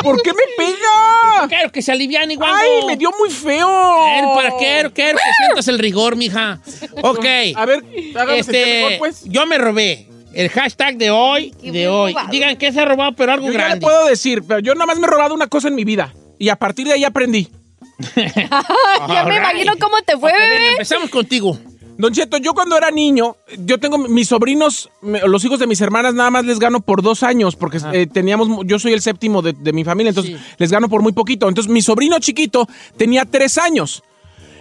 [SPEAKER 5] ¿Por qué me pega?
[SPEAKER 2] Quiero que se alivian igual.
[SPEAKER 5] ¡Ay, me dio muy feo!
[SPEAKER 2] El parquero, quiero que sientas el rigor, mija. Ok.
[SPEAKER 5] A ver, háganos sentir
[SPEAKER 2] este,
[SPEAKER 5] mejor, pues.
[SPEAKER 2] yo me robé. El hashtag de hoy,
[SPEAKER 3] Qué
[SPEAKER 2] de
[SPEAKER 3] bien
[SPEAKER 2] hoy.
[SPEAKER 3] robado.
[SPEAKER 2] Digan que se ha robado, pero algo
[SPEAKER 5] Yo ya le
[SPEAKER 2] grande.
[SPEAKER 5] puedo decir, pero yo nada más me he robado una cosa en mi vida. Y a partir de ahí aprendí.
[SPEAKER 3] ya me
[SPEAKER 2] Alright.
[SPEAKER 3] imagino cómo te fue,
[SPEAKER 2] Ok, ven,
[SPEAKER 3] bebé.
[SPEAKER 2] empezamos contigo.
[SPEAKER 5] Don Cheto, yo cuando era niño, yo tengo mis sobrinos, me- los hijos de mis hermanas, nada más les gano por dos años, porque
[SPEAKER 2] Ah.
[SPEAKER 5] eh, teníamos, mu- yo soy el séptimo de, de mi familia, entonces les gano por muy poquito. Entonces mi sobrino chiquito tenía tres años.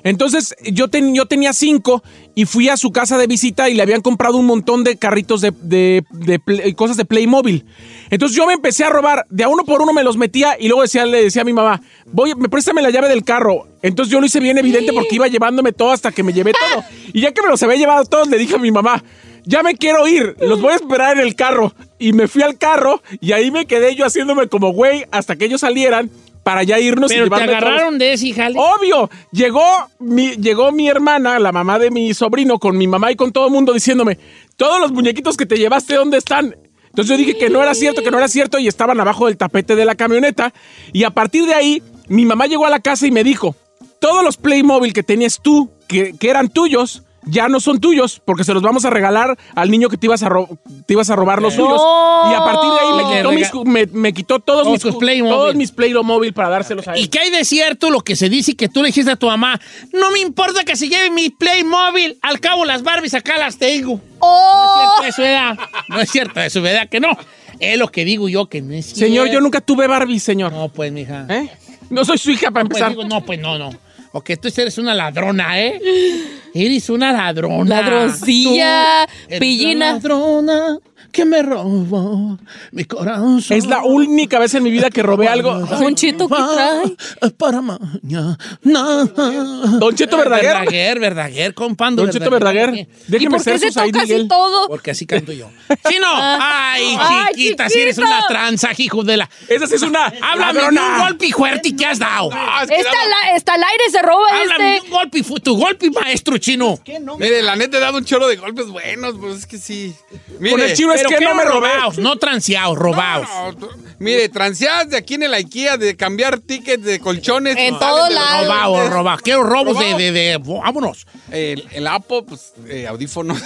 [SPEAKER 5] Entonces yo, ten- yo tenía cinco y fui a su casa de visita y le habían comprado un montón de carritos de, de- de play- eh, cosas de Playmobil. Entonces yo me empecé a robar, de a uno por uno me los metía y luego decía, le decía a mi mamá, voy, me préstame la llave del carro. Entonces yo lo hice bien evidente porque iba llevándome todo hasta que me llevé todo. Y ya que me los había llevado todos, le dije a mi mamá, ya me quiero ir, los voy a esperar en el carro. Y me fui al carro y ahí me quedé yo haciéndome como güey hasta que ellos salieran para ya irnos y
[SPEAKER 2] Pero te
[SPEAKER 5] llevarme todos.
[SPEAKER 2] agarraron de ese, hija.
[SPEAKER 5] Obvio, llegó mi, llegó mi hermana, la mamá de mi sobrino, con mi mamá y con todo el mundo diciéndome, todos los muñequitos que te llevaste, ¿dónde están? Entonces yo dije que no era cierto, que no era cierto y estaban abajo del tapete de la camioneta. Y a partir de ahí, mi mamá llegó a la casa y me dijo, todos los Playmobil que tenías tú, que, que eran tuyos, ya no son tuyos porque se los vamos a regalar al niño que te ibas a, ro- te ibas a robar los
[SPEAKER 2] No.
[SPEAKER 5] suyos. Y a partir de ahí me
[SPEAKER 2] Le
[SPEAKER 5] quitó, mis
[SPEAKER 2] rega-
[SPEAKER 5] cu- me, me quitó todos,
[SPEAKER 2] Todos
[SPEAKER 5] mis,
[SPEAKER 2] tus
[SPEAKER 5] cu-
[SPEAKER 2] Playmobil.
[SPEAKER 5] todos mis Playmobil para dárselos a él.
[SPEAKER 2] ¿Y qué hay de cierto lo que se dice que tú le dijiste a tu mamá? No me importa que se lleve mi Playmobil, al cabo las Barbies acá las tengo.
[SPEAKER 3] Oh,
[SPEAKER 2] No es cierto eso, ¿verdad? No es cierto eso, ¿verdad? Que no. Es lo que digo yo que no es
[SPEAKER 5] Señor,
[SPEAKER 2] cierto.
[SPEAKER 5] yo nunca tuve Barbie, señor.
[SPEAKER 2] No, pues, mija.
[SPEAKER 5] ¿Eh? No soy su hija para
[SPEAKER 2] Pues,
[SPEAKER 5] empezar.
[SPEAKER 2] digo, no, pues no, no. Ok, tú eres una ladrona, ¿eh? Eres una ladrona.
[SPEAKER 3] Ladroncilla,
[SPEAKER 2] Tú eres
[SPEAKER 3] pillina.
[SPEAKER 2] una ladrona que me robó mi corazón.
[SPEAKER 5] Es la única vez en mi vida que robé algo.
[SPEAKER 3] Don Cheto, ¿qué trae?
[SPEAKER 2] Para mañana. Don
[SPEAKER 5] Don Cheto Verdaguer.
[SPEAKER 2] Verdaguer, Verdaguer, compando.
[SPEAKER 5] Don Cheto Verdaguer,
[SPEAKER 3] ¿Y
[SPEAKER 5] déjeme
[SPEAKER 3] por qué
[SPEAKER 5] ser
[SPEAKER 3] se
[SPEAKER 5] su Said
[SPEAKER 3] toca así
[SPEAKER 5] Miguel.
[SPEAKER 3] todo?
[SPEAKER 2] Porque así canto yo. ¡Chino! ¡Ay,
[SPEAKER 3] Ay,
[SPEAKER 2] chiquita! Si eres
[SPEAKER 3] chiquito.
[SPEAKER 2] una tranza, hijo de la...
[SPEAKER 5] Ah. Esa sí es una
[SPEAKER 2] Háblame de
[SPEAKER 5] ladrona. Ah,
[SPEAKER 2] un golpe fuerte Ah, que has dado.
[SPEAKER 3] Esta, la, esta al aire se roba
[SPEAKER 2] Háblame de
[SPEAKER 3] este.
[SPEAKER 2] un golpe, fu- tu golpe maestro chino.
[SPEAKER 4] Mire, la neta he dado un chorro de golpes buenos, pues es que sí. Mire,
[SPEAKER 5] Con el chino es
[SPEAKER 2] Pero
[SPEAKER 5] que no
[SPEAKER 2] quiero
[SPEAKER 5] me robé.
[SPEAKER 2] robaos, no transeados, robaos.
[SPEAKER 4] No, tú- mire, transeadas de aquí en el IKEA, de cambiar tickets de colchones. salen
[SPEAKER 3] En todos
[SPEAKER 4] de los-
[SPEAKER 3] lados.
[SPEAKER 2] Robaos, robaos. Quiero robos de,
[SPEAKER 4] Robaos.
[SPEAKER 2] de, de- Vámonos.
[SPEAKER 4] El, el Apo, pues, eh, audífonos.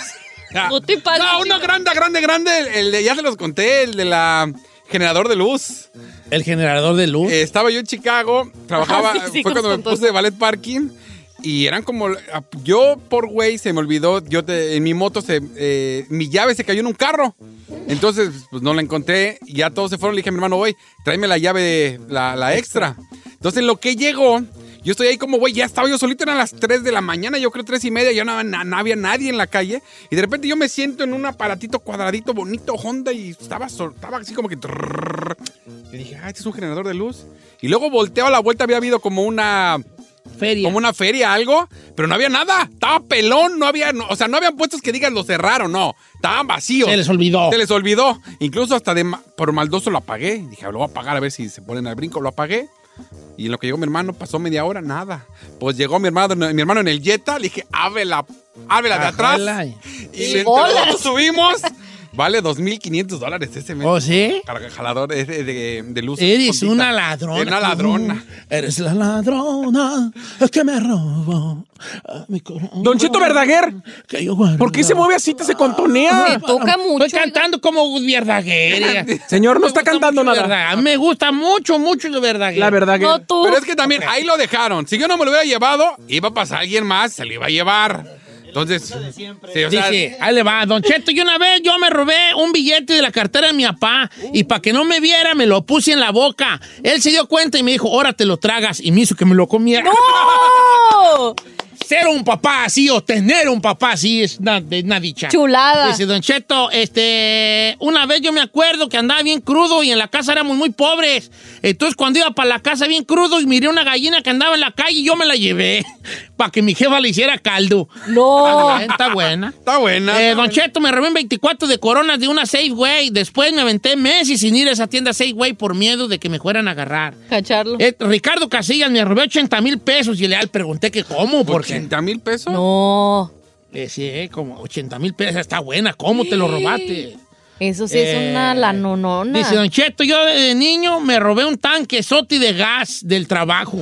[SPEAKER 3] No te pases.
[SPEAKER 4] No, uno grande, grande, grande. el- El de, ya se los conté, el de la generador de luz.
[SPEAKER 2] El generador de luz.
[SPEAKER 4] Eh, estaba yo en Chicago, trabajaba,
[SPEAKER 3] Ah, sí, sí,
[SPEAKER 4] fue
[SPEAKER 3] con-
[SPEAKER 4] cuando me
[SPEAKER 3] con todo.
[SPEAKER 4] puse de ballet parking y eran como, yo por güey se me olvidó, yo te- en mi moto se, eh, mi llave se cayó en un carro, entonces pues no la encontré, y ya todos se fueron, le dije a mi hermano, güey, tráeme la llave, la, la extra. Entonces lo que llegó, yo estoy ahí como, güey, ya estaba yo solito, eran las 3 de la mañana, yo creo 3 y media, ya no, na- no había nadie en la calle. Y de repente yo me siento en un aparatito cuadradito, bonito, Honda, y estaba, sol- estaba así como que... trrrr. Y dije, ah, este es un generador de luz. Y luego volteo a la vuelta, había habido como una...
[SPEAKER 2] feria.
[SPEAKER 4] Como una feria, algo, pero no había nada. Estaba pelón, no había, no- o sea, no habían puestos que digan lo cerraron, no. Estaban vacíos.
[SPEAKER 2] Se les olvidó.
[SPEAKER 4] Se les olvidó. Incluso hasta de ma- por maldoso lo apagué. Dije, lo voy a apagar a ver si se ponen al brinco. Lo apagué. Y en lo que llegó mi hermano, pasó media hora, nada. Pues llegó mi hermano, mi hermano en el Jetta, le dije, ábrela, ábrela de atrás.
[SPEAKER 2] Ajala.
[SPEAKER 4] Y,
[SPEAKER 2] Y
[SPEAKER 4] entre
[SPEAKER 2] bolas.
[SPEAKER 4] nosotros subimos. Vale 2.500 dólares ese mes.
[SPEAKER 2] ¿Oh, sí?
[SPEAKER 4] Car- Jalador es de, de- de luz.
[SPEAKER 2] Eres
[SPEAKER 4] Ondita.
[SPEAKER 2] una ladrona.
[SPEAKER 4] Eres una ladrona.
[SPEAKER 2] tú. Eres la ladrona que me robó a mi corazón.
[SPEAKER 5] Don Cheto Verdaguer. ¿Por qué se mueve así? Te se contonea.
[SPEAKER 2] Me toca mucho. Estoy cantando como Verdaguer.
[SPEAKER 5] Señor, no está cantando
[SPEAKER 2] mucho
[SPEAKER 5] nada.
[SPEAKER 2] Verdaguer. A mí me gusta mucho, mucho de Verdaguer.
[SPEAKER 5] La Verdaguer. No,
[SPEAKER 2] tú.
[SPEAKER 4] Pero es que también ahí lo dejaron. Si yo no me lo hubiera llevado, iba a pasar alguien más, se lo iba a llevar. Entonces, sí, o sea,
[SPEAKER 2] Dice, ahí le va, Don Cheto, yo una vez yo me robé un billete de la cartera de mi papá y para que no me viera me lo puse en la boca. Él se dio cuenta y me dijo, ahora te lo tragas y me hizo que me lo comiera.
[SPEAKER 3] ¡No!
[SPEAKER 2] Ser un papá así o tener un papá así es una, de una dicha.
[SPEAKER 3] Chulada.
[SPEAKER 2] Dice Don Cheto, este, una vez yo me acuerdo que andaba bien crudo y en la casa éramos muy pobres. Entonces cuando iba para la casa bien crudo y miré una gallina que andaba en la calle y yo me la llevé para que mi jefa le hiciera caldo.
[SPEAKER 3] No.
[SPEAKER 2] Está buena.
[SPEAKER 4] está buena.
[SPEAKER 2] Eh,
[SPEAKER 4] está
[SPEAKER 2] don
[SPEAKER 4] buena.
[SPEAKER 2] Cheto, me robé un 24 de coronas de una Safeway. Después me aventé meses sin ir a esa tienda Safeway por miedo de que me fueran a agarrar.
[SPEAKER 3] Cacharlo.
[SPEAKER 2] Eh, Ricardo Casillas me robé 80 mil pesos y le pregunté que cómo, porque...
[SPEAKER 4] 80 mil pesos.
[SPEAKER 3] No.
[SPEAKER 2] Eh, sí, eh, como 80 mil pesos, está buena, ¿cómo te lo robaste?
[SPEAKER 3] Eso sí
[SPEAKER 2] Eh,
[SPEAKER 3] es una lanonona.
[SPEAKER 2] Dice Don Cheto, yo de niño me robé un tanque soti de gas del trabajo.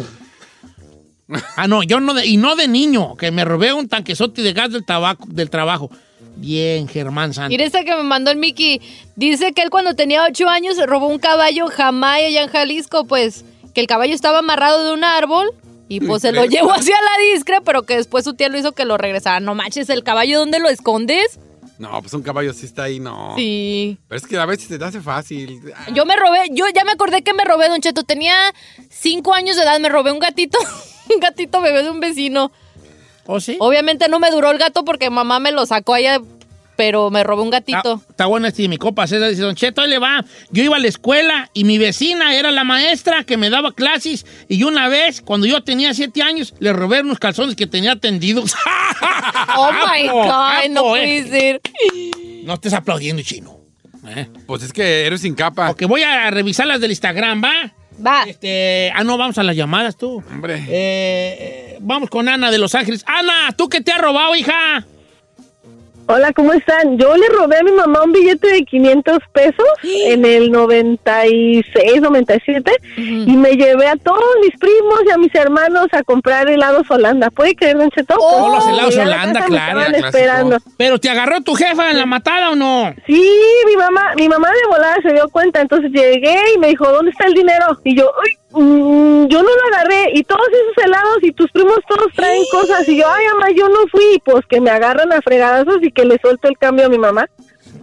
[SPEAKER 2] Ah, no, yo no de, y no de niño, que me robé un tanquezote de gas del, tabaco, del trabajo. Bien, Germán Santos.
[SPEAKER 3] Mira esta que me mandó el Mickey. Dice que él cuando tenía ocho años se robó un caballo jamás allá en Jalisco, pues que el caballo estaba amarrado de un árbol y pues se lo llevó hacia la discre, pero que después su tía lo hizo que lo regresara. No manches, ¿el caballo dónde lo escondes?
[SPEAKER 4] No, pues un caballo así está ahí, no.
[SPEAKER 3] Sí.
[SPEAKER 4] Pero es que a veces se te hace fácil. Ah,
[SPEAKER 3] Yo me robé, yo ya me acordé que me robé, Don Cheto. Tenía cinco años de edad, me robé un gatito, un gatito bebé de un vecino.
[SPEAKER 4] ¿Oh,
[SPEAKER 2] ¿O sí?
[SPEAKER 3] Obviamente no me duró el gato porque mamá me lo sacó allá, pero me robé un gatito.
[SPEAKER 2] Ah, Está, está buena este, mi copa César dice, Don Cheto, ahí le va. Yo iba a la escuela y mi vecina era la maestra que me daba clases y una vez, cuando yo tenía siete años, le robé unos calzones que tenía tendidos.
[SPEAKER 4] Ah,
[SPEAKER 3] Oh my
[SPEAKER 2] Capo,
[SPEAKER 3] God, no
[SPEAKER 2] capo,
[SPEAKER 3] puede
[SPEAKER 4] pues.
[SPEAKER 2] eh.
[SPEAKER 3] ser.
[SPEAKER 2] No estés aplaudiendo, chino. ¿eh?
[SPEAKER 4] Pues es que eres sin capa.
[SPEAKER 2] Ok, voy a revisar las del Instagram, ¿va?
[SPEAKER 3] Va.
[SPEAKER 2] Este, ah, no, vamos a las llamadas tú.
[SPEAKER 4] Hombre.
[SPEAKER 2] Eh, eh, vamos con Ana de Los Ángeles. Ana, ¿tú qué te has robado, hija?
[SPEAKER 7] Hola, ¿cómo están? Yo le robé a mi mamá un billete de 500 pesos en el 96, 97 y me llevé a todos mis primos y a mis hermanos a comprar helados Holanda. ¿Puede creer, Don Cheto?
[SPEAKER 2] Oh, los
[SPEAKER 7] Cuando
[SPEAKER 2] helados
[SPEAKER 7] llegué a la
[SPEAKER 2] Holanda,
[SPEAKER 7] casa me
[SPEAKER 2] claro,
[SPEAKER 7] estaban
[SPEAKER 4] clásico.
[SPEAKER 7] esperando.
[SPEAKER 2] ¿Pero te agarró tu jefa en la matada o no?
[SPEAKER 7] Sí, mi mamá, mi mamá de volada se dio cuenta, entonces llegué y me dijo, ¿dónde está el dinero? Y yo, uy, mm, yo no lo agarré, y todos esos helados y tus primos todos traen cosas, y yo, ay, mamá, yo no fui, y pues que me agarran a fregadazos y que le suelto el cambio a mi mamá.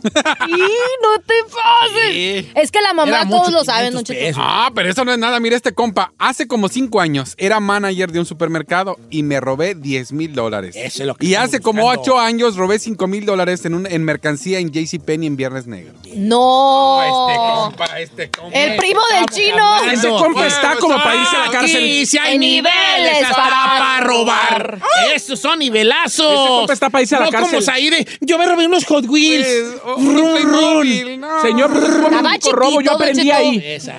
[SPEAKER 3] ¡Y no te pases!
[SPEAKER 4] Sí.
[SPEAKER 3] Es que la mamá
[SPEAKER 2] Era
[SPEAKER 3] todos
[SPEAKER 2] mucho,
[SPEAKER 3] lo saben,
[SPEAKER 2] 500
[SPEAKER 3] Don Cheto.
[SPEAKER 2] pesos.
[SPEAKER 4] Ah, pero eso no es nada. Mira este compa. Hace como cinco años era manager de un supermercado y me robé 10 mil dólares.
[SPEAKER 2] Eso es lo que
[SPEAKER 4] Y
[SPEAKER 2] estamos
[SPEAKER 4] hace como
[SPEAKER 2] buscando.
[SPEAKER 4] ocho años robé 5 mil dólares en, un- en mercancía en JCPenney en Viernes Negro.
[SPEAKER 3] ¡No!
[SPEAKER 4] Ah, este compa.
[SPEAKER 3] ¡El primo del
[SPEAKER 2] hablando.
[SPEAKER 3] chino!
[SPEAKER 5] Ese compa está como
[SPEAKER 4] Bueno,
[SPEAKER 5] para irse a la
[SPEAKER 2] Aquí
[SPEAKER 5] cárcel.
[SPEAKER 2] sí Ah, hay
[SPEAKER 3] Hay
[SPEAKER 2] niveles
[SPEAKER 3] niveles
[SPEAKER 2] hasta para,
[SPEAKER 3] para
[SPEAKER 2] robar. Esos son nivelazos.
[SPEAKER 5] Ese compa está pa' irse a la
[SPEAKER 2] no
[SPEAKER 5] cárcel.
[SPEAKER 2] como Zaire. Yo me robé unos Hot Wheels.
[SPEAKER 4] Pues, oh,
[SPEAKER 2] Run,
[SPEAKER 4] Playmobil,
[SPEAKER 2] run.
[SPEAKER 4] no.
[SPEAKER 5] Señor, pues, fue mi
[SPEAKER 3] Estaba
[SPEAKER 5] único robo.
[SPEAKER 3] chiquito,
[SPEAKER 5] Yo
[SPEAKER 3] Don
[SPEAKER 5] aprendí
[SPEAKER 3] Cheto.
[SPEAKER 5] ahí.
[SPEAKER 2] Esa.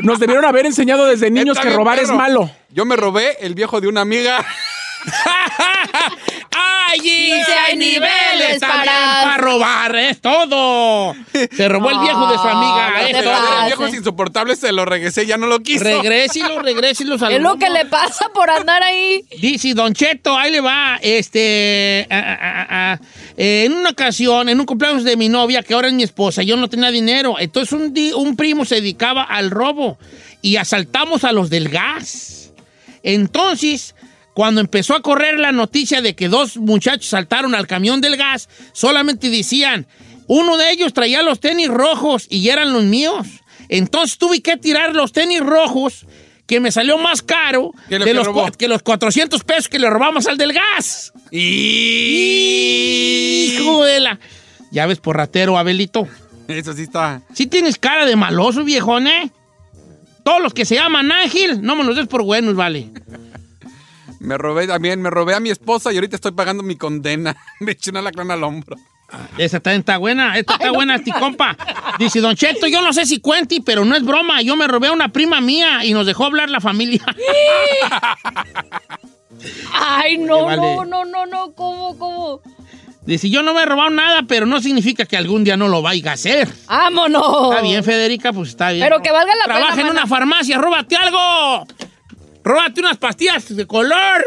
[SPEAKER 5] Nos debieron haber enseñado desde
[SPEAKER 4] Está
[SPEAKER 5] niños que
[SPEAKER 4] bien,
[SPEAKER 5] robar es
[SPEAKER 4] perro.
[SPEAKER 5] malo.
[SPEAKER 4] Yo me robé el viejo de una amiga.
[SPEAKER 2] Allí
[SPEAKER 3] Sí,
[SPEAKER 2] sí hay
[SPEAKER 3] hay
[SPEAKER 2] niveles
[SPEAKER 3] niveles
[SPEAKER 2] también
[SPEAKER 3] para-
[SPEAKER 2] para robar. Es todo. Se robó el viejo de su amiga.
[SPEAKER 3] No te
[SPEAKER 2] es todo.
[SPEAKER 3] pases.
[SPEAKER 4] el viejo es insoportable, se lo regresé, ya no lo quiso.
[SPEAKER 2] Regrésilos, regrésilos al
[SPEAKER 3] Es lo
[SPEAKER 2] mundo.
[SPEAKER 3] que le pasa por andar ahí.
[SPEAKER 2] Dice Don Cheto, ahí le va, este, ah, ah, ah, ah, eh, en una ocasión, en un cumpleaños de mi novia, que ahora es mi esposa, yo no tenía dinero, entonces un, di- un primo se dedicaba al robo y asaltamos a los del gas. Entonces, cuando empezó a correr la noticia de que dos muchachos saltaron al camión del gas, solamente decían, uno de ellos traía los tenis rojos y eran los míos. Entonces tuve que tirar los tenis rojos, que me salió más caro
[SPEAKER 4] Que lo
[SPEAKER 2] de
[SPEAKER 4] que
[SPEAKER 2] los,
[SPEAKER 4] robó.
[SPEAKER 2] cua- que los 400 pesos que le robamos al del gas.
[SPEAKER 4] Y...
[SPEAKER 2] Hijo de la... Ya ves, por ratero, Abelito.
[SPEAKER 4] Eso sí está.
[SPEAKER 2] Si tienes cara de maloso, viejón, ¿eh? Todos los que se llaman Ángel, no me los des por buenos, vale.
[SPEAKER 4] Me robé también, me robé a mi esposa y ahorita estoy pagando mi condena. Me eché una lacrana al hombro.
[SPEAKER 2] Esa también está buena, esta está buena, este compa. Dice, Don Cheto, yo no sé si cuenti, pero no es broma. Yo me robé a una prima mía y nos dejó hablar la familia.
[SPEAKER 3] Ay, no,
[SPEAKER 2] Vale.
[SPEAKER 3] no, no, no, no, ¿cómo, cómo?
[SPEAKER 2] Dice, yo no me he robado nada, pero no significa que algún día no lo vaya a hacer.
[SPEAKER 3] ¡Vámonos!
[SPEAKER 2] Está bien, Federica, pues está bien.
[SPEAKER 3] Pero que valga la
[SPEAKER 2] Trabaja
[SPEAKER 3] pena,
[SPEAKER 2] en una
[SPEAKER 3] mana.
[SPEAKER 2] farmacia, róbate algo. Róbate unas pastillas de color.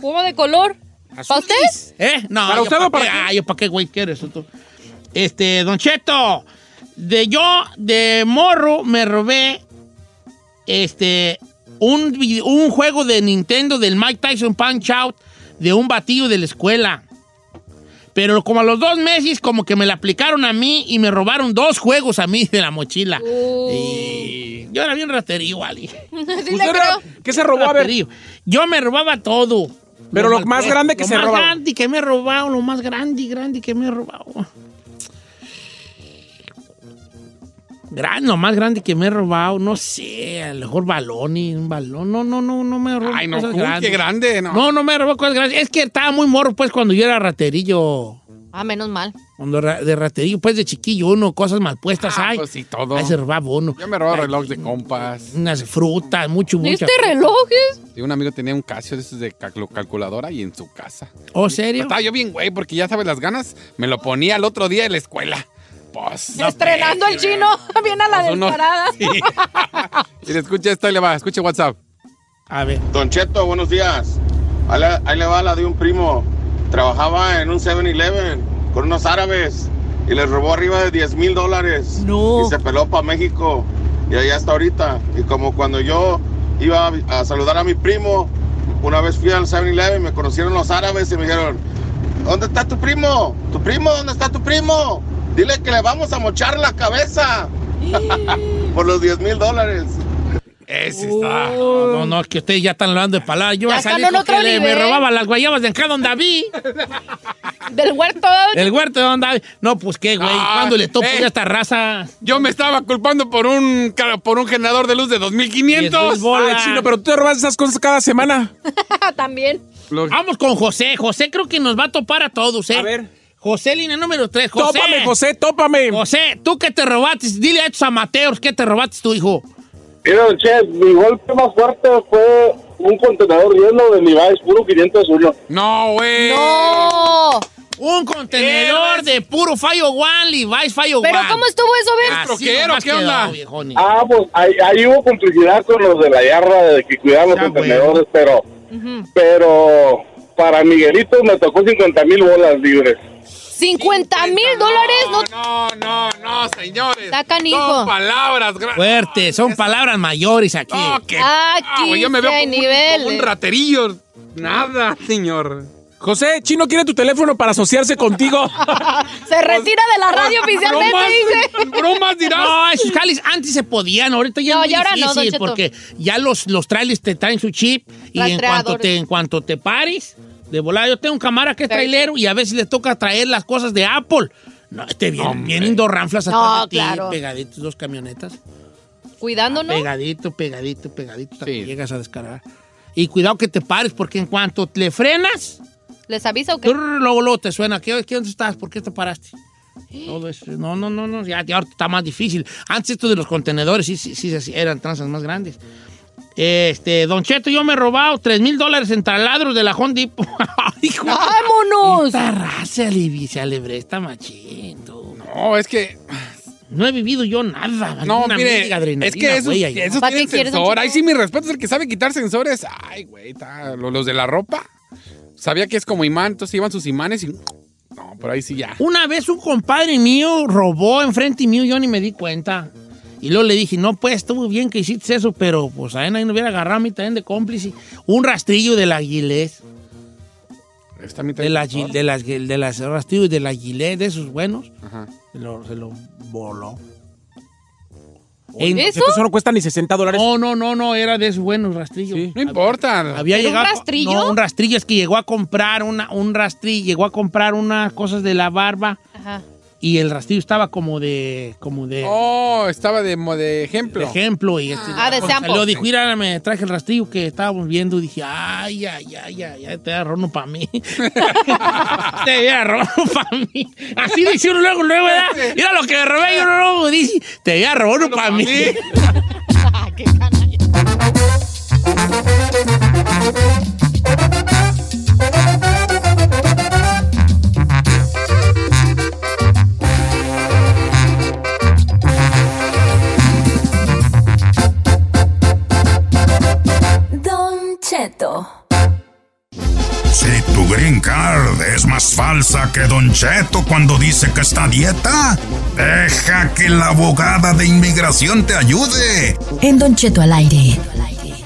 [SPEAKER 3] ¿Cómo de color? ¿Para usted?
[SPEAKER 2] ¿Eh? No,
[SPEAKER 5] ¿Para
[SPEAKER 2] yo
[SPEAKER 5] usted o para
[SPEAKER 2] qué?
[SPEAKER 5] quién?
[SPEAKER 2] Ah, yo para qué, güey, quieres tú. Este, Don Cheto, de yo, de morro, me robé, este, un, vi- un juego de Nintendo del Mike Tyson Punch Out de un batido de la escuela. Pero como a los dos meses, como que me la aplicaron a mí y me robaron dos juegos a mí de la mochila.
[SPEAKER 5] Uh.
[SPEAKER 2] Y yo era bien raterío, Ali.
[SPEAKER 3] Sí,
[SPEAKER 5] ¿Usted
[SPEAKER 3] le
[SPEAKER 5] era-
[SPEAKER 3] creo.
[SPEAKER 5] ¿Qué se robó? A ver,
[SPEAKER 2] Raterío. Yo me robaba todo.
[SPEAKER 5] Pero lo
[SPEAKER 2] mal-
[SPEAKER 5] más grande que se
[SPEAKER 2] Lo más
[SPEAKER 5] robaba.
[SPEAKER 2] grande que me he robado, lo más grande, grande que me he robado. Gran, lo más grande que me he robado, no sé, a lo mejor balones, un balón. No, no, no, no me robó.
[SPEAKER 4] Ay, no, uy, qué grande, no.
[SPEAKER 2] No, no me robó cosas grandes. Es que estaba muy morro, pues, cuando yo era raterillo.
[SPEAKER 3] Ah, menos mal.
[SPEAKER 2] Cuando ra- de raterillo, pues, de chiquillo uno, cosas mal puestas.
[SPEAKER 4] Ah,
[SPEAKER 2] ay,
[SPEAKER 4] pues sí, todo.
[SPEAKER 2] ay, se robaba uno.
[SPEAKER 4] Yo me robaba reloj de compas.
[SPEAKER 2] Unas frutas, mucho, mucho.
[SPEAKER 3] ¿Este relojes?
[SPEAKER 4] Y un amigo tenía un Casio de esos de calcu- calculadora y en su casa.
[SPEAKER 2] ¿Oh, serio?
[SPEAKER 4] Estaba yo bien, güey, porque ya sabes las ganas. Me lo ponía el otro día en la escuela. Pues. no,
[SPEAKER 3] Estrenando el chino. Bien a la
[SPEAKER 4] Pues uno-
[SPEAKER 3] descarada.
[SPEAKER 4] Y le escucha esto y le va, escuche WhatsApp.
[SPEAKER 2] A ver.
[SPEAKER 10] Don Cheto, buenos días. Ahí le, ahí le va la de un primo. Trabajaba en un 7-Eleven con unos árabes y les robó arriba de 10 mil dólares.
[SPEAKER 3] No.
[SPEAKER 10] Y se peló para México. Y allá hasta ahorita. Y como cuando yo iba a, a saludar a mi primo, una vez fui al 7-Eleven, me conocieron los árabes y me dijeron, ¿dónde está tu primo? ¿Tu primo? ¿Dónde está tu primo? Dile que le vamos a mochar la cabeza por los 10 mil dólares.
[SPEAKER 4] Ese está.
[SPEAKER 2] No, no, no, es que ustedes ya están hablando de palabras. Yo
[SPEAKER 3] Ya
[SPEAKER 2] iba a
[SPEAKER 3] están
[SPEAKER 2] salir
[SPEAKER 3] en
[SPEAKER 2] con
[SPEAKER 3] otro
[SPEAKER 2] que le- me
[SPEAKER 3] nivel.
[SPEAKER 2] robaba las guayabas de acá donde vi.
[SPEAKER 3] Del huerto.
[SPEAKER 2] El huerto de donde vi. No, pues qué, güey.
[SPEAKER 4] Ah,
[SPEAKER 2] ¿Cuándo le topo
[SPEAKER 4] eh.
[SPEAKER 2] yo a esta raza?
[SPEAKER 4] Yo me estaba culpando por un ca- por un generador de luz de 2500.
[SPEAKER 2] Diez mil bolas.
[SPEAKER 4] Ay,
[SPEAKER 5] chino, pero tú te robas esas cosas cada semana.
[SPEAKER 3] También.
[SPEAKER 4] Lo-
[SPEAKER 2] Vamos con José. José creo que nos va a topar a todos, ¿eh?
[SPEAKER 5] A ver.
[SPEAKER 2] José, línea número 3. José.
[SPEAKER 5] Tópame, José, tópame.
[SPEAKER 2] José, tú que te robaste, dile a estos amateos que te robaste tu hijo.
[SPEAKER 9] Mira, che, mi golpe más fuerte fue un contenedor lleno de Levi's, puro 501.
[SPEAKER 4] No, güey.
[SPEAKER 3] ¡No!
[SPEAKER 2] Un contenedor de puro Fallo One, Levi's Fallo One.
[SPEAKER 3] ¿Pero cómo estuvo eso, Ben?
[SPEAKER 2] Así
[SPEAKER 4] troquero?
[SPEAKER 2] nomás
[SPEAKER 4] ¿Qué
[SPEAKER 2] quedó,
[SPEAKER 4] onda?
[SPEAKER 2] viejoni.
[SPEAKER 9] Ah, pues ahí, ahí hubo complicidad con los de la yarra de que cuidaban los
[SPEAKER 2] Ya, güey.
[SPEAKER 9] contenedores, pero, pero para Miguelito me tocó 50 mil bolas libres.
[SPEAKER 3] 50 mil dólares. No,
[SPEAKER 4] No, no, no, señores.
[SPEAKER 3] Está canijo.
[SPEAKER 4] Son palabras gra-
[SPEAKER 2] Fuerte, son palabras mayores aquí.
[SPEAKER 4] No, que-
[SPEAKER 3] Aquí
[SPEAKER 4] Ah, güey, yo me veo
[SPEAKER 3] sí hay
[SPEAKER 4] como un,
[SPEAKER 3] niveles.
[SPEAKER 4] como un raterillo. Nada, señor.
[SPEAKER 5] José, Chino quiere tu teléfono para asociarse contigo.
[SPEAKER 3] Se retira de la radio oficialmente,
[SPEAKER 4] Pues, Bromas,
[SPEAKER 3] dice.
[SPEAKER 4] bromas dirás.
[SPEAKER 2] No, esos jalis
[SPEAKER 3] Ah,
[SPEAKER 2] antes se podían, ahorita ya
[SPEAKER 3] No,
[SPEAKER 2] es muy
[SPEAKER 3] ya ahora no,
[SPEAKER 2] difícil
[SPEAKER 3] Don Cheto.
[SPEAKER 2] porque ya los, los trailers te traen su chip y en cuanto,
[SPEAKER 3] Rastreadores.
[SPEAKER 2] te, en cuanto te pares, de volada, yo tengo un cámara que es
[SPEAKER 3] Sí.
[SPEAKER 2] trailero y a veces le toca traer las cosas de Apple. No, este viene, vienen dos ranflas atrás
[SPEAKER 3] No,
[SPEAKER 2] de ti,
[SPEAKER 3] claro.
[SPEAKER 2] pegaditos, dos camionetas.
[SPEAKER 3] Cuidándonos.
[SPEAKER 2] Pegadito, pegadito, pegadito, hasta
[SPEAKER 4] Sí.
[SPEAKER 2] que llegas a descargar. Y cuidado que te pares porque en cuanto le frenas,
[SPEAKER 3] ¿Les avisa o qué?
[SPEAKER 2] Trrr, Luego, luego te suena. ¿Qué, qué- dónde estás? ¿Por qué te paraste? Todo eso. No, no, no, no. Ya, ya ahora está más difícil. Antes esto de los contenedores sí, sí, sí, sí, eran tranzas más grandes. Este, Don Cheto, yo me he robado 3 mil dólares en taladros de la Honda Depot. Hijo.
[SPEAKER 3] ¡Vámonos!
[SPEAKER 2] Esta raza se alivi- se alebresta machito.
[SPEAKER 4] No, es que.
[SPEAKER 2] No he vivido yo nada.
[SPEAKER 4] No,
[SPEAKER 2] Una
[SPEAKER 4] mire.
[SPEAKER 2] mendiga adrenalina,
[SPEAKER 4] Es que esos,
[SPEAKER 2] güey, ahí.
[SPEAKER 4] esos
[SPEAKER 3] ¿Para
[SPEAKER 4] tienen
[SPEAKER 3] qué quieres, don
[SPEAKER 4] sensor. Ahí
[SPEAKER 3] Cheto?
[SPEAKER 4] sí, mi respeto es el que sabe quitar sensores. Ay, güey, ta, Ah, lo- los de la ropa. Sabía que es como imán, entonces iban sus imanes y. No, pero ahí sí ya.
[SPEAKER 2] Una vez un compadre mío robó enfrente mío, yo ni me di cuenta. Y luego le dije, no, pues, estuvo bien que hiciste eso, pero pues a él ahí no hubiera agarrado a mí también de cómplice. Un rastrillo de la Aguilés,
[SPEAKER 4] Está mi
[SPEAKER 2] de, la,
[SPEAKER 4] televisor.
[SPEAKER 2] Gil- de las, Gil- de las rastrillos de la Aguilés, de esos buenos,
[SPEAKER 4] Ajá.
[SPEAKER 2] se lo, se lo voló.
[SPEAKER 5] Oye,
[SPEAKER 2] En-
[SPEAKER 5] ese tesoro cuesta ni 60 dólares.
[SPEAKER 2] no, no, no, no, era de esos buenos rastrillos.
[SPEAKER 5] Sí.
[SPEAKER 4] No importa.
[SPEAKER 2] Había
[SPEAKER 3] ¿Pero un
[SPEAKER 2] llegado.
[SPEAKER 3] rastrillo?
[SPEAKER 2] No, un rastrillo, es que llegó a comprar una, un rastrillo, llegó a comprar unas cosas de la barba.
[SPEAKER 3] Ajá.
[SPEAKER 2] y el rastrillo estaba como de. como de.
[SPEAKER 4] Oh, estaba de, mo- de ejemplo.
[SPEAKER 2] de ejemplo. Y este,
[SPEAKER 4] Ah, de
[SPEAKER 2] cuando
[SPEAKER 4] sample.
[SPEAKER 2] salió, dijo, mira, me traje el rastrillo que estábamos viendo. Y dije, ay, ay, ay, ay, ay, te da rono para mí. te da rono para mí. Así dice uno luego, luego, ¿verdad? Mira lo que me robé y uno luego dice, te da rono para mí.
[SPEAKER 6] Don Cheto.
[SPEAKER 8] Si tu green card es más falsa que Don Cheto cuando dice que está a dieta, deja que la abogada de inmigración te ayude.
[SPEAKER 11] En Don Cheto al aire.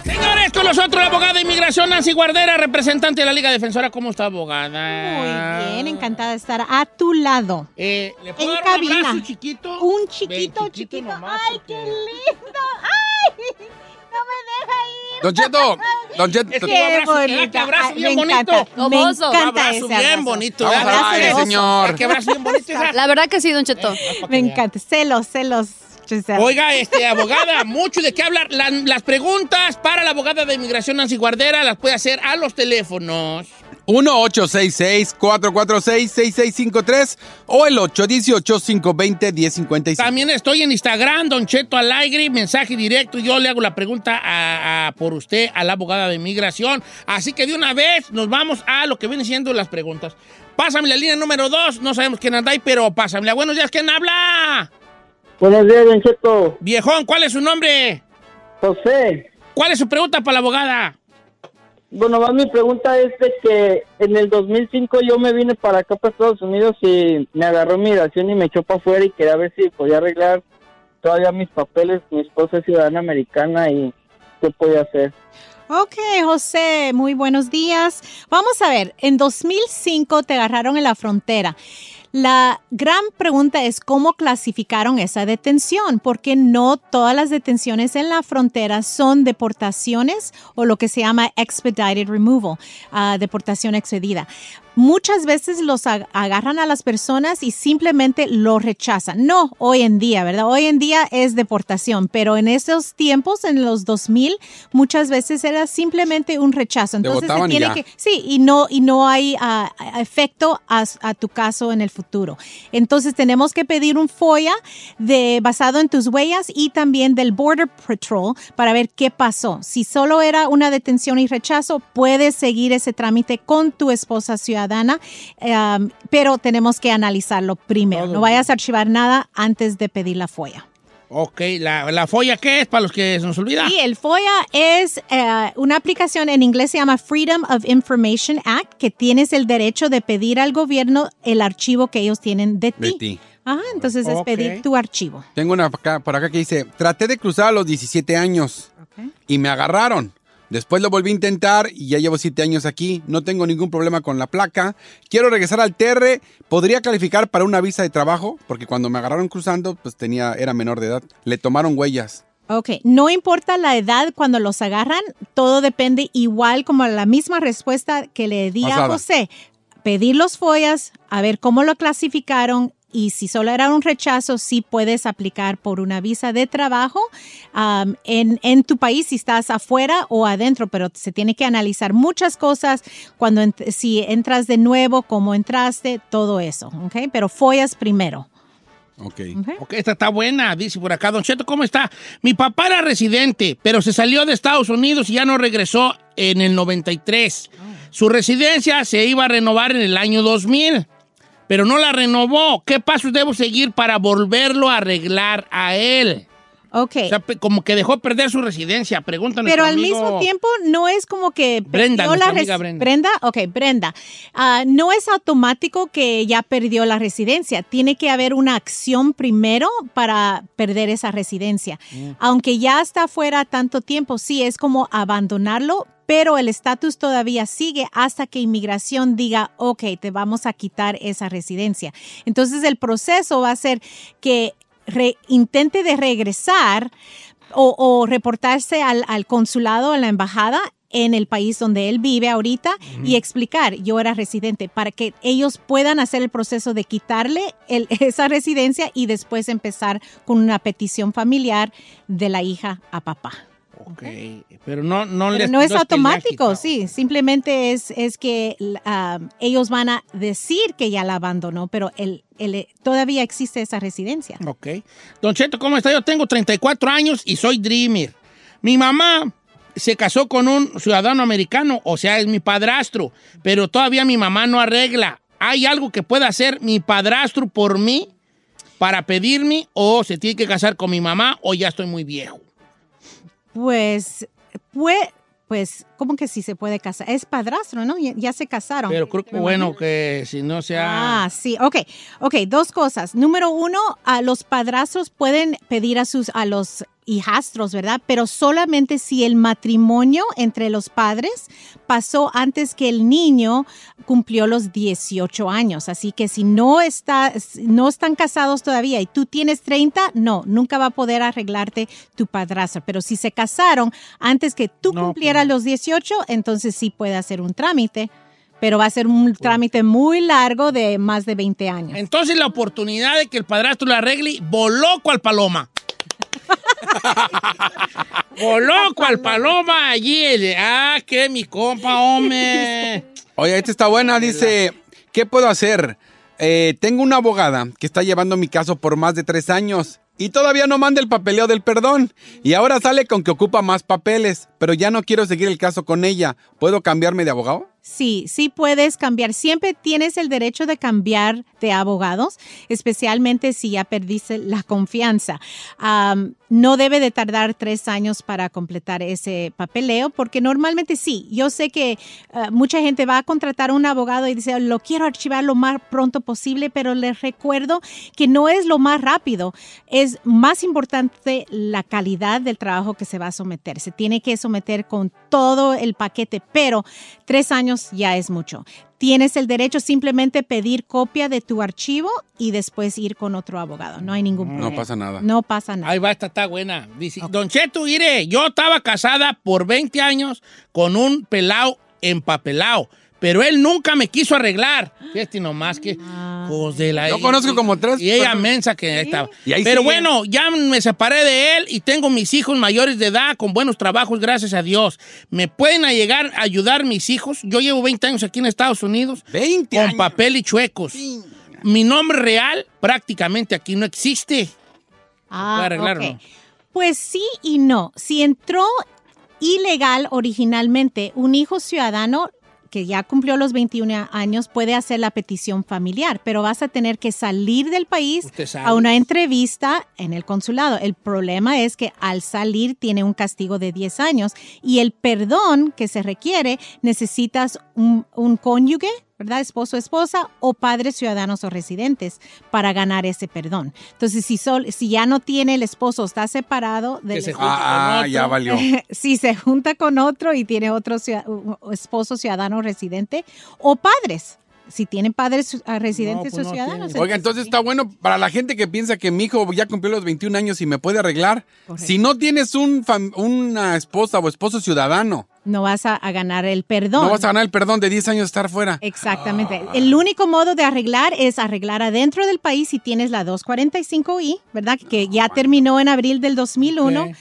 [SPEAKER 2] Señores, con nosotros la abogada de inmigración Nancy Guardera, representante de la Liga Defensora. ¿Cómo está, abogada?
[SPEAKER 12] Muy bien, encantada de estar a tu lado.
[SPEAKER 2] Eh, ¿Le puedo
[SPEAKER 12] En
[SPEAKER 2] dar un
[SPEAKER 12] cabina.
[SPEAKER 2] abrazo chiquito?
[SPEAKER 12] Un
[SPEAKER 2] chiquito, chiquito.
[SPEAKER 12] ¡Ay, qué lindo! ¡Ay! ¡No
[SPEAKER 4] Don Cheto, Don Cheto.
[SPEAKER 12] Es que Qué abrazo, bonita.
[SPEAKER 2] Que abrazo
[SPEAKER 12] Ay,
[SPEAKER 2] bien
[SPEAKER 12] me
[SPEAKER 2] bonito.
[SPEAKER 12] encanta, me Oboso. encanta
[SPEAKER 2] abrazo
[SPEAKER 12] ese
[SPEAKER 2] bien
[SPEAKER 12] abrazo.
[SPEAKER 2] bonito.
[SPEAKER 4] Vamos
[SPEAKER 2] ¿verdad?
[SPEAKER 4] al aire,
[SPEAKER 2] Abrazo de oso.
[SPEAKER 4] señor.
[SPEAKER 2] Qué abrazo bien bonito. hija. Eh,
[SPEAKER 3] La verdad que sí, Don Cheto.
[SPEAKER 12] Me encanta. Celos, celos. Giselle.
[SPEAKER 2] Oiga, este, abogada, mucho de qué hablar. La- las preguntas para la abogada de inmigración Nancy Guardera las puede hacer a los teléfonos.
[SPEAKER 4] 1-866-446-6653 o el 818-520-1055.
[SPEAKER 2] También estoy en Instagram, Don Cheto Alegre, mensaje directo. Yo le hago la pregunta a- a- por usted a la abogada de inmigración. Así que de una vez nos vamos a lo que vienen siendo las preguntas. Pásame la línea número dos. No sabemos quién anda ahí, pero pásamela. Buenos días, ¿quién habla?
[SPEAKER 13] Buenos días, Don Cheto.
[SPEAKER 2] Viejón, ¿cuál es su nombre?
[SPEAKER 13] José.
[SPEAKER 2] ¿Cuál es su pregunta para la abogada?
[SPEAKER 13] Bueno, más mi pregunta es de que en el 2005 yo me vine para acá, para Estados Unidos, y me agarró migración y me echó para afuera y quería ver si podía arreglar todavía mis papeles. Mi esposa es ciudadana americana y qué podía hacer.
[SPEAKER 12] Ok, José, muy buenos días. Vamos a ver, en 2005 te agarraron en la frontera. La gran pregunta es cómo clasificaron esa detención, porque no todas las detenciones en la frontera son deportaciones o lo que se llama expedited removal, ah, deportación expedida. Muchas veces los ag- agarran a las personas y simplemente los rechazan. No hoy en día, ¿verdad? Hoy en día es deportación, pero en esos tiempos, en los 2000, muchas veces era simplemente un rechazo. Entonces se
[SPEAKER 4] botaban y
[SPEAKER 12] tiene
[SPEAKER 4] ya.
[SPEAKER 12] que, Sí, y no, y no hay ah, efecto a, a tu caso en el futuro. Entonces tenemos que pedir un FOIA de, basado en tus huellas y también del Border Patrol para ver qué pasó. Si solo era una detención y rechazo, puedes seguir ese trámite con tu esposa ciudadana, eh, um, pero tenemos que analizarlo primero. No vayas a archivar nada antes de pedir la FOIA.
[SPEAKER 2] Ok, ¿la, la folla qué es para los que se nos olvida?
[SPEAKER 12] Sí, el FOIA es eh, una aplicación en inglés se llama Freedom of Information Act, que tienes el derecho de pedir al gobierno el archivo que ellos tienen de ti. Ajá, entonces es
[SPEAKER 4] Ok.
[SPEAKER 12] pedir tu archivo.
[SPEAKER 4] Tengo una acá- por acá que dice, traté de cruzar a los 17 años y me agarraron. Después lo volví a intentar y ya llevo 7 años aquí. No tengo ningún problema con la placa. Quiero regresar al TR. ¿Podría calificar para una visa de trabajo? Porque cuando me agarraron cruzando, pues tenía, era menor de edad. Le tomaron huellas.
[SPEAKER 12] Ok, no importa la edad cuando los agarran, todo depende igual como la misma respuesta que le di
[SPEAKER 4] Pasada.
[SPEAKER 12] a José. Pedir los follas, a ver cómo lo clasificaron y si solo era un rechazo, sí puedes aplicar por una visa de trabajo um, en, en tu país si estás afuera o adentro, pero se tiene que analizar muchas cosas cuando ent- si entras de nuevo, cómo entraste, todo eso, ¿ok? Pero follas primero.
[SPEAKER 4] Ok.
[SPEAKER 2] Ok, esta está buena, dice por acá. Don Cheto, ¿cómo está? Mi papá era residente, pero se salió de Estados Unidos y ya no regresó en el 93.
[SPEAKER 12] Oh.
[SPEAKER 2] Su residencia se iba a renovar en el año 2000, pero no la renovó. ¿Qué pasos debo seguir para volverlo a arreglar a él?
[SPEAKER 12] Ok.
[SPEAKER 2] O sea, pe- como que dejó perder su residencia, pregúntanos.
[SPEAKER 12] Pero al mismo tiempo no es como que
[SPEAKER 2] Brenda,
[SPEAKER 12] perdió
[SPEAKER 2] nuestra
[SPEAKER 12] la
[SPEAKER 2] amiga
[SPEAKER 12] res-
[SPEAKER 2] Brenda.
[SPEAKER 12] Brenda, ok, Brenda, Ah, no es automático que ya perdió la residencia. Tiene que haber una acción primero para perder esa residencia.
[SPEAKER 14] Mm.
[SPEAKER 12] Aunque ya está fuera tanto tiempo, sí es como abandonarlo. Pero el estatus todavía sigue hasta que inmigración diga, ok, te vamos a quitar esa residencia. Entonces el proceso va a ser que re- intente de regresar o, o reportarse al, al consulado, a la embajada, en el país donde él vive ahorita y explicar, yo era residente, para que ellos puedan hacer el proceso de quitarle el- esa residencia y después empezar con una petición familiar de la hija a papá.
[SPEAKER 2] Ok, pero no, no,
[SPEAKER 12] Pero
[SPEAKER 2] les-
[SPEAKER 12] no es
[SPEAKER 2] que le ha
[SPEAKER 12] automático,
[SPEAKER 2] quitado.
[SPEAKER 12] sí, simplemente es, es que l- am, ellos van a decir que ya la abandonó, pero el, el- todavía existe esa residencia.
[SPEAKER 2] Ok. Don Cheto, ¿cómo está? Yo tengo 34 años y soy dreamer. Mi mamá se casó con un ciudadano americano, o sea, es mi padrastro, pero todavía mi mamá no arregla. ¿Hay algo que pueda hacer mi padrastro por mí para pedirme o se tiene que casar con mi mamá o ya estoy muy viejo?
[SPEAKER 12] Pues, pues, pues, ¿cómo que si se puede casar? Es padrastro, ¿no? Ya, ya se casaron.
[SPEAKER 2] Pero creo que bueno que si no sea...
[SPEAKER 12] Ah, sí, ok, ok, dos cosas. Número uno, a los padrastros pueden pedir a sus, a los hijastros, ¿verdad? Pero solamente si el matrimonio entre los padres pasó antes que el niño cumplió los 18 años. Así que si no, está, no están casados todavía y tú tienes 30, no, nunca va a poder arreglarte tu padrastro. Pero si se casaron antes que tú cumplieras los 18, entonces sí puede hacer un trámite pero va a ser un trámite muy largo de más de 20 años.
[SPEAKER 2] Entonces la oportunidad de que el padrastro la arregle voló cual paloma. voló cual paloma allí. el- Ah, que mi compa, hombre.
[SPEAKER 4] Oye, esta está buena. Dice, ¿qué puedo hacer? Eh, tengo una abogada que está llevando mi caso por más de tres años y todavía no manda el papeleo del perdón. Y ahora sale con que ocupa más papeles, pero ya no quiero seguir el caso con ella. ¿Puedo cambiarme de abogado?
[SPEAKER 12] Sí, sí puedes cambiar. Siempre tienes el derecho de cambiar de abogados, especialmente si ya perdiste la confianza. Am, no debe de tardar tres años para completar ese papeleo, porque normalmente sí. Yo sé que eh, mucha gente va a contratar a un abogado y dice, lo quiero archivar lo más pronto posible, pero les recuerdo que no es lo más rápido. Es más importante la calidad del trabajo que se va a someter. Se tiene que someter con todo el paquete, pero tres años ya es mucho. Tienes el derecho simplemente pedir copia de tu archivo y después ir con otro abogado. No hay ningún problema.
[SPEAKER 4] pasa nada.
[SPEAKER 12] No pasa nada.
[SPEAKER 2] Ahí va, esta está buena. Dice, Don Cheto, mire, yo estaba casada por 20 años con un pelao empapelao, pero él nunca me quiso arreglar. Fíjate nomás que...
[SPEAKER 12] Ah.
[SPEAKER 2] pues, de la,
[SPEAKER 4] Yo conozco como tres
[SPEAKER 2] Y ella
[SPEAKER 4] personas.
[SPEAKER 2] mensa que ahí estaba.
[SPEAKER 4] Y ahí
[SPEAKER 2] pero
[SPEAKER 4] sigue.
[SPEAKER 2] bueno, ya me separé de él y tengo mis hijos mayores de edad con buenos trabajos, gracias a Dios. ¿Me pueden llegar a ayudar mis hijos? Yo llevo 20 años aquí en Estados Unidos.
[SPEAKER 4] 20
[SPEAKER 2] Con papel y chuecos. Mi nombre real prácticamente aquí no existe.
[SPEAKER 12] Ah,
[SPEAKER 2] Puede arreglarlo.
[SPEAKER 12] ok. Pues sí y no. Si entró ilegal originalmente, un hijo ciudadano que ya cumplió los 21 años puede hacer la petición familiar, pero vas a tener que salir del país
[SPEAKER 2] Usted sabe.
[SPEAKER 12] a una entrevista en el consulado. El problema es que al salir tiene un castigo de 10 años y el perdón que se requiere necesitas un, un cónyuge, ¿verdad? Esposo, esposa o padres ciudadanos o residentes para ganar ese perdón. Entonces, si, sol- si ya no tiene el esposo, está separado del
[SPEAKER 4] Que se
[SPEAKER 12] esposo-
[SPEAKER 4] junte Ah, con otro. ya valió.
[SPEAKER 12] si se junta con otro y tiene otro ciudad- u- esposo ciudadano residente o padres. Si tienen padres ah, residentes
[SPEAKER 4] pues
[SPEAKER 12] o ciudadanos.
[SPEAKER 4] Oiga, entonces está bueno para la gente que piensa que mi hijo ya cumplió los 21 años y me puede arreglar. Si no tienes un fam- una esposa o esposo ciudadano,
[SPEAKER 12] no vas a, a ganar el perdón.
[SPEAKER 4] no vas a Ah. ganar el perdón de 10 años de estar fuera.
[SPEAKER 12] Exactamente. El único modo de arreglar es arreglar adentro del país si tienes la 245i, ¿verdad? Que ya terminó en abril del 2001.
[SPEAKER 11] Ok.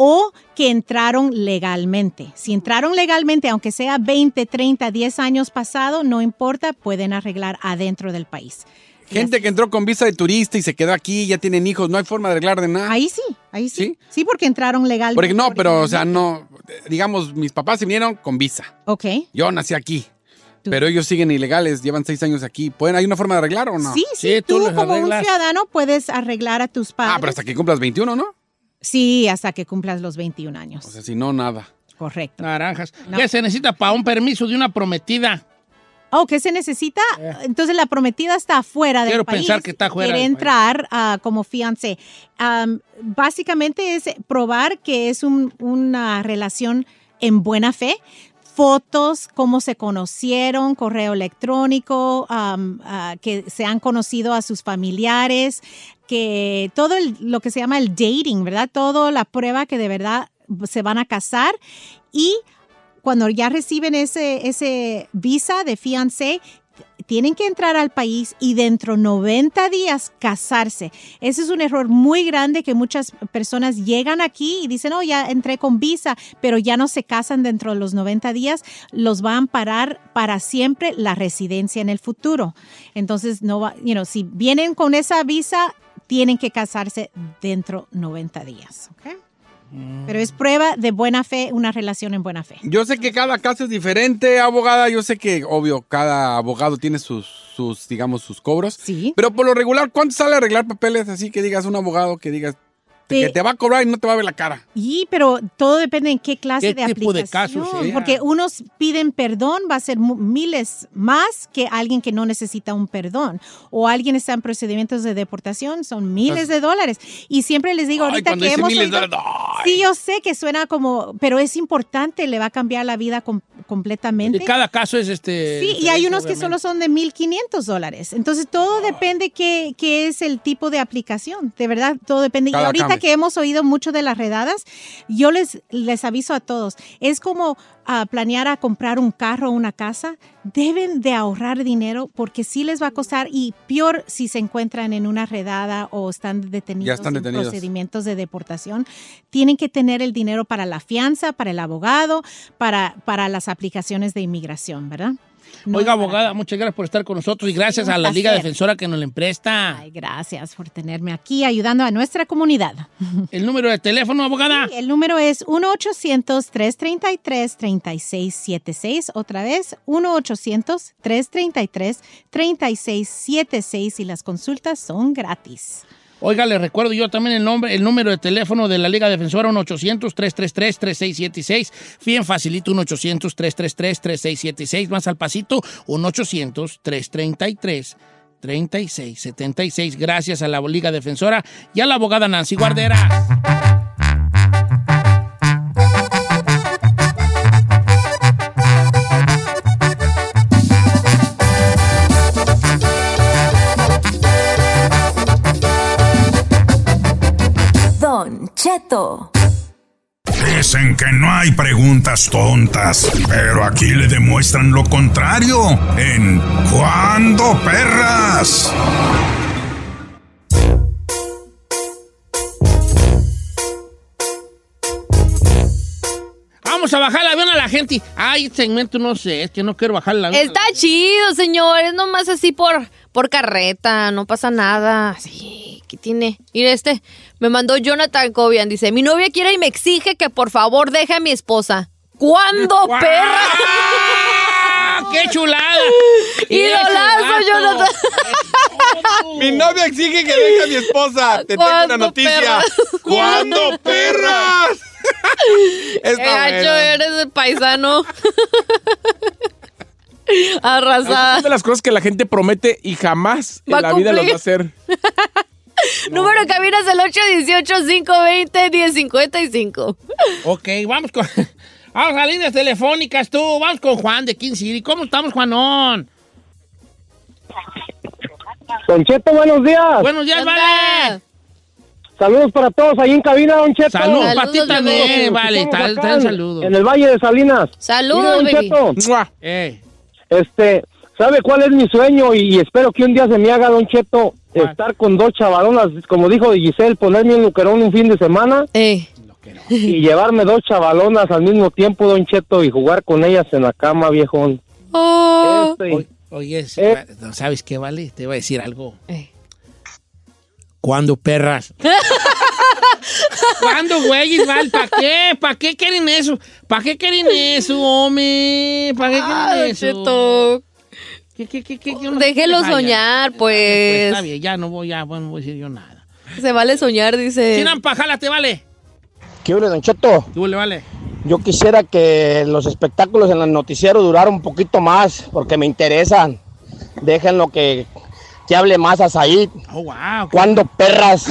[SPEAKER 12] O que entraron legalmente. Si entraron legalmente, aunque sea 20, 30, 10 años pasado, no importa, pueden arreglar adentro del país.
[SPEAKER 4] Gente que entró con visa de turista y se quedó aquí, ya tienen hijos, no hay forma de arreglar de nada.
[SPEAKER 12] Ahí sí, ahí sí. Sí, porque entraron legalmente.
[SPEAKER 4] Porque no, pero, o sea, no. Digamos, mis papás se vinieron con visa.
[SPEAKER 12] Ok.
[SPEAKER 4] Yo nací aquí. Pero ellos siguen ilegales, llevan seis años aquí. ¿Pueden, ¿Hay una forma de arreglar o no?
[SPEAKER 12] Sí, sí, tú, como un ciudadano puedes arreglar a tus padres.
[SPEAKER 4] Ah, pero hasta que cumplas 21, ¿no?
[SPEAKER 12] Sí, hasta que cumplas los 21 años.
[SPEAKER 4] O sea, si no, nada.
[SPEAKER 12] Correcto.
[SPEAKER 2] Naranjas.
[SPEAKER 12] No.
[SPEAKER 2] ¿Qué se necesita para un permiso de una prometida?
[SPEAKER 12] Oh, ¿qué se necesita? Entonces la prometida está fuera del
[SPEAKER 2] Eh. Quiero
[SPEAKER 12] país.
[SPEAKER 2] pensar que está fuera
[SPEAKER 12] Quiere
[SPEAKER 2] del país.
[SPEAKER 12] entrar ah, como fiancé. Am, básicamente es probar que es un- una relación en buena fe. Fotos, cómo se conocieron, correo electrónico, am, ah, que se han conocido a sus familiares, que todo el- lo que se llama el dating, ¿verdad? Todo la prueba que de verdad se van a casar y cuando ya reciben ese, ese visa de fiancé, tienen que entrar al país y dentro 90 días casarse. Ese es un error muy grande que muchas personas llegan aquí y dicen, oh, ya entré con visa, pero ya no se casan dentro de los 90 días, los va a amparar para siempre la residencia en el futuro. Entonces, no va, you know, si vienen con esa visa, tienen que casarse dentro 90 días. ¿ok? Pero es prueba de buena fe, una relación en buena fe.
[SPEAKER 4] Yo sé que cada caso es diferente, abogada. Yo sé que, obvio, cada abogado tiene sus, sus digamos, sus cobros. Sí. Pero por lo regular, ¿cuánto sale arreglar papeles así que digas un abogado que digas
[SPEAKER 12] Te-
[SPEAKER 4] que te va a cobrar y no te va a ver la cara?
[SPEAKER 12] Y, pero todo depende en qué clase
[SPEAKER 4] ¿Qué
[SPEAKER 12] de
[SPEAKER 4] tipo de
[SPEAKER 12] aplicación.
[SPEAKER 4] casos sería?
[SPEAKER 12] Porque unos piden perdón, va a ser mu- miles más que alguien que no necesita un perdón. O alguien está en procedimientos de deportación, son miles de dólares. Y siempre les digo ahorita
[SPEAKER 4] cuando
[SPEAKER 12] que
[SPEAKER 4] dice
[SPEAKER 12] hemos.
[SPEAKER 4] miles de
[SPEAKER 12] oído-
[SPEAKER 4] dólares,
[SPEAKER 12] Sí, yo sé que suena como. Pero es importante, le va a cambiar la vida com- completamente.
[SPEAKER 2] Cada caso es este.
[SPEAKER 12] Sí, y hay unos que solo son de 1.500 dólares. Entonces, todo depende qué, qué es el tipo de aplicación. De verdad, todo depende. y
[SPEAKER 2] Cada
[SPEAKER 12] ahorita
[SPEAKER 2] cambio.
[SPEAKER 12] que hemos oído mucho de las redadas, yo les, les aviso a todos, es como ah, planear a comprar un carro o una casa. Deben de ahorrar dinero porque sí les va a costar y peor si se encuentran en una redada o están detenidos
[SPEAKER 4] Ya están
[SPEAKER 12] en
[SPEAKER 4] detenidos.
[SPEAKER 12] procedimientos de deportación. Tienen que tener el dinero para la fianza, para el abogado, para, para las aplicaciones de inmigración, ¿verdad?
[SPEAKER 2] Oiga, abogada, muchas gracias por estar con nosotros y gracias
[SPEAKER 12] un
[SPEAKER 2] a la Liga
[SPEAKER 12] placer.
[SPEAKER 2] Defensora que nos la empresta.
[SPEAKER 12] Gracias por tenerme aquí ayudando a nuestra comunidad.
[SPEAKER 2] El número de teléfono, abogada.
[SPEAKER 12] Sí, el número es 1-800-333-3676. Otra vez, 1-800-333-3676. Y las consultas son gratis.
[SPEAKER 2] Oiga, le recuerdo yo también el nombre, el número de teléfono de la Liga Defensora, 1-800-333-3676. Bien facilito, 1-800-333-3676. Más al pasito, 1-800-333-3676. Gracias a la Liga Defensora y a la abogada Nancy Guardera.
[SPEAKER 6] Don Cheto.
[SPEAKER 8] Dicen que no hay preguntas tontas, pero aquí le demuestran lo contrario en ¿Cuándo perras?
[SPEAKER 2] Vamos a bajar el avión a la gente. Ay, este segmento no sé, es que no quiero bajar el avión.
[SPEAKER 3] Está chido, señores. Nomás así por, por carreta. No pasa nada. Sí, ¿qué tiene? Mira este. Me mandó Jonathan Cobian. Dice, mi novia quiere y me exige que por favor deje a mi esposa. ¿Cuándo, perra?
[SPEAKER 2] ¡Qué chulada!
[SPEAKER 3] ¡Idolazo, Jonathan!
[SPEAKER 4] Mi novia exige que deje a mi esposa. Te tengo una noticia. ¿Cuándo, perras?
[SPEAKER 3] Qué
[SPEAKER 4] Está
[SPEAKER 3] gacho
[SPEAKER 4] buena.
[SPEAKER 3] eres el paisano. Arrasada.
[SPEAKER 5] Es de las cosas que la gente promete y jamás
[SPEAKER 3] Va a
[SPEAKER 5] en la vida
[SPEAKER 3] cumplir.
[SPEAKER 5] las va a hacer.
[SPEAKER 3] Número de cabina es el 818-520-1055.
[SPEAKER 2] Ok, vamos con. Vamos a líneas telefónicas, tú. Vamos con Juan de King City. ¿Cómo estamos, Juanón?
[SPEAKER 9] Don Cheto, buenos días.
[SPEAKER 2] Buenos días, vale.
[SPEAKER 9] Saludos para todos ahí en cabina, Don Cheto.
[SPEAKER 2] Salud Saludos, para ti también,
[SPEAKER 9] Estamos
[SPEAKER 2] vale,
[SPEAKER 9] en
[SPEAKER 2] tal-
[SPEAKER 9] Michoacán,
[SPEAKER 2] tal saludos.
[SPEAKER 9] En el Valle de Salinas.
[SPEAKER 3] Saludos,
[SPEAKER 9] Mire,
[SPEAKER 3] baby.
[SPEAKER 9] Don Cheto,
[SPEAKER 2] Eh.
[SPEAKER 9] Este, ¿sabe cuál es mi sueño? Y, y espero que un día se me haga, Don Cheto, estar con dos chavalonas, como dijo Giselle, ponerme un luquerón un fin de semana.
[SPEAKER 3] Eh.
[SPEAKER 9] Y llevarme dos chavalonas al mismo tiempo, Don Cheto, y jugar con ellas en la cama, viejón.
[SPEAKER 4] Oh.
[SPEAKER 2] Oye, oye, sí, va- no, ¿sabes qué, vale? Te iba a decir algo.
[SPEAKER 15] ¿Cuándo, perras?
[SPEAKER 2] ¿Cuándo, güey? Vale? ¿Para qué? ¿Para qué quieren eso? ¿Para qué quieren eso, hombre? ¿Para qué quieren
[SPEAKER 3] Ay,
[SPEAKER 2] eso?
[SPEAKER 3] Cheto.
[SPEAKER 2] ¿Qué, qué, qué, qué, qué uno
[SPEAKER 3] Déjelo
[SPEAKER 2] falla?
[SPEAKER 3] soñar,
[SPEAKER 2] Pues
[SPEAKER 3] pues.
[SPEAKER 2] está bien, ya no voy, ya, bueno, no voy a decir yo nada.
[SPEAKER 3] Se vale soñar, dice.
[SPEAKER 2] Tiran pajalas, te vale.
[SPEAKER 9] ¿Qué hubo, Don Cheto?
[SPEAKER 2] Tú le vale.
[SPEAKER 9] Yo quisiera que los espectáculos en el noticiero duraran un poquito más, porque me interesan. Déjenlo que, que hable más a Said.
[SPEAKER 2] Oh, wow.
[SPEAKER 9] ¿Cuándo, perras?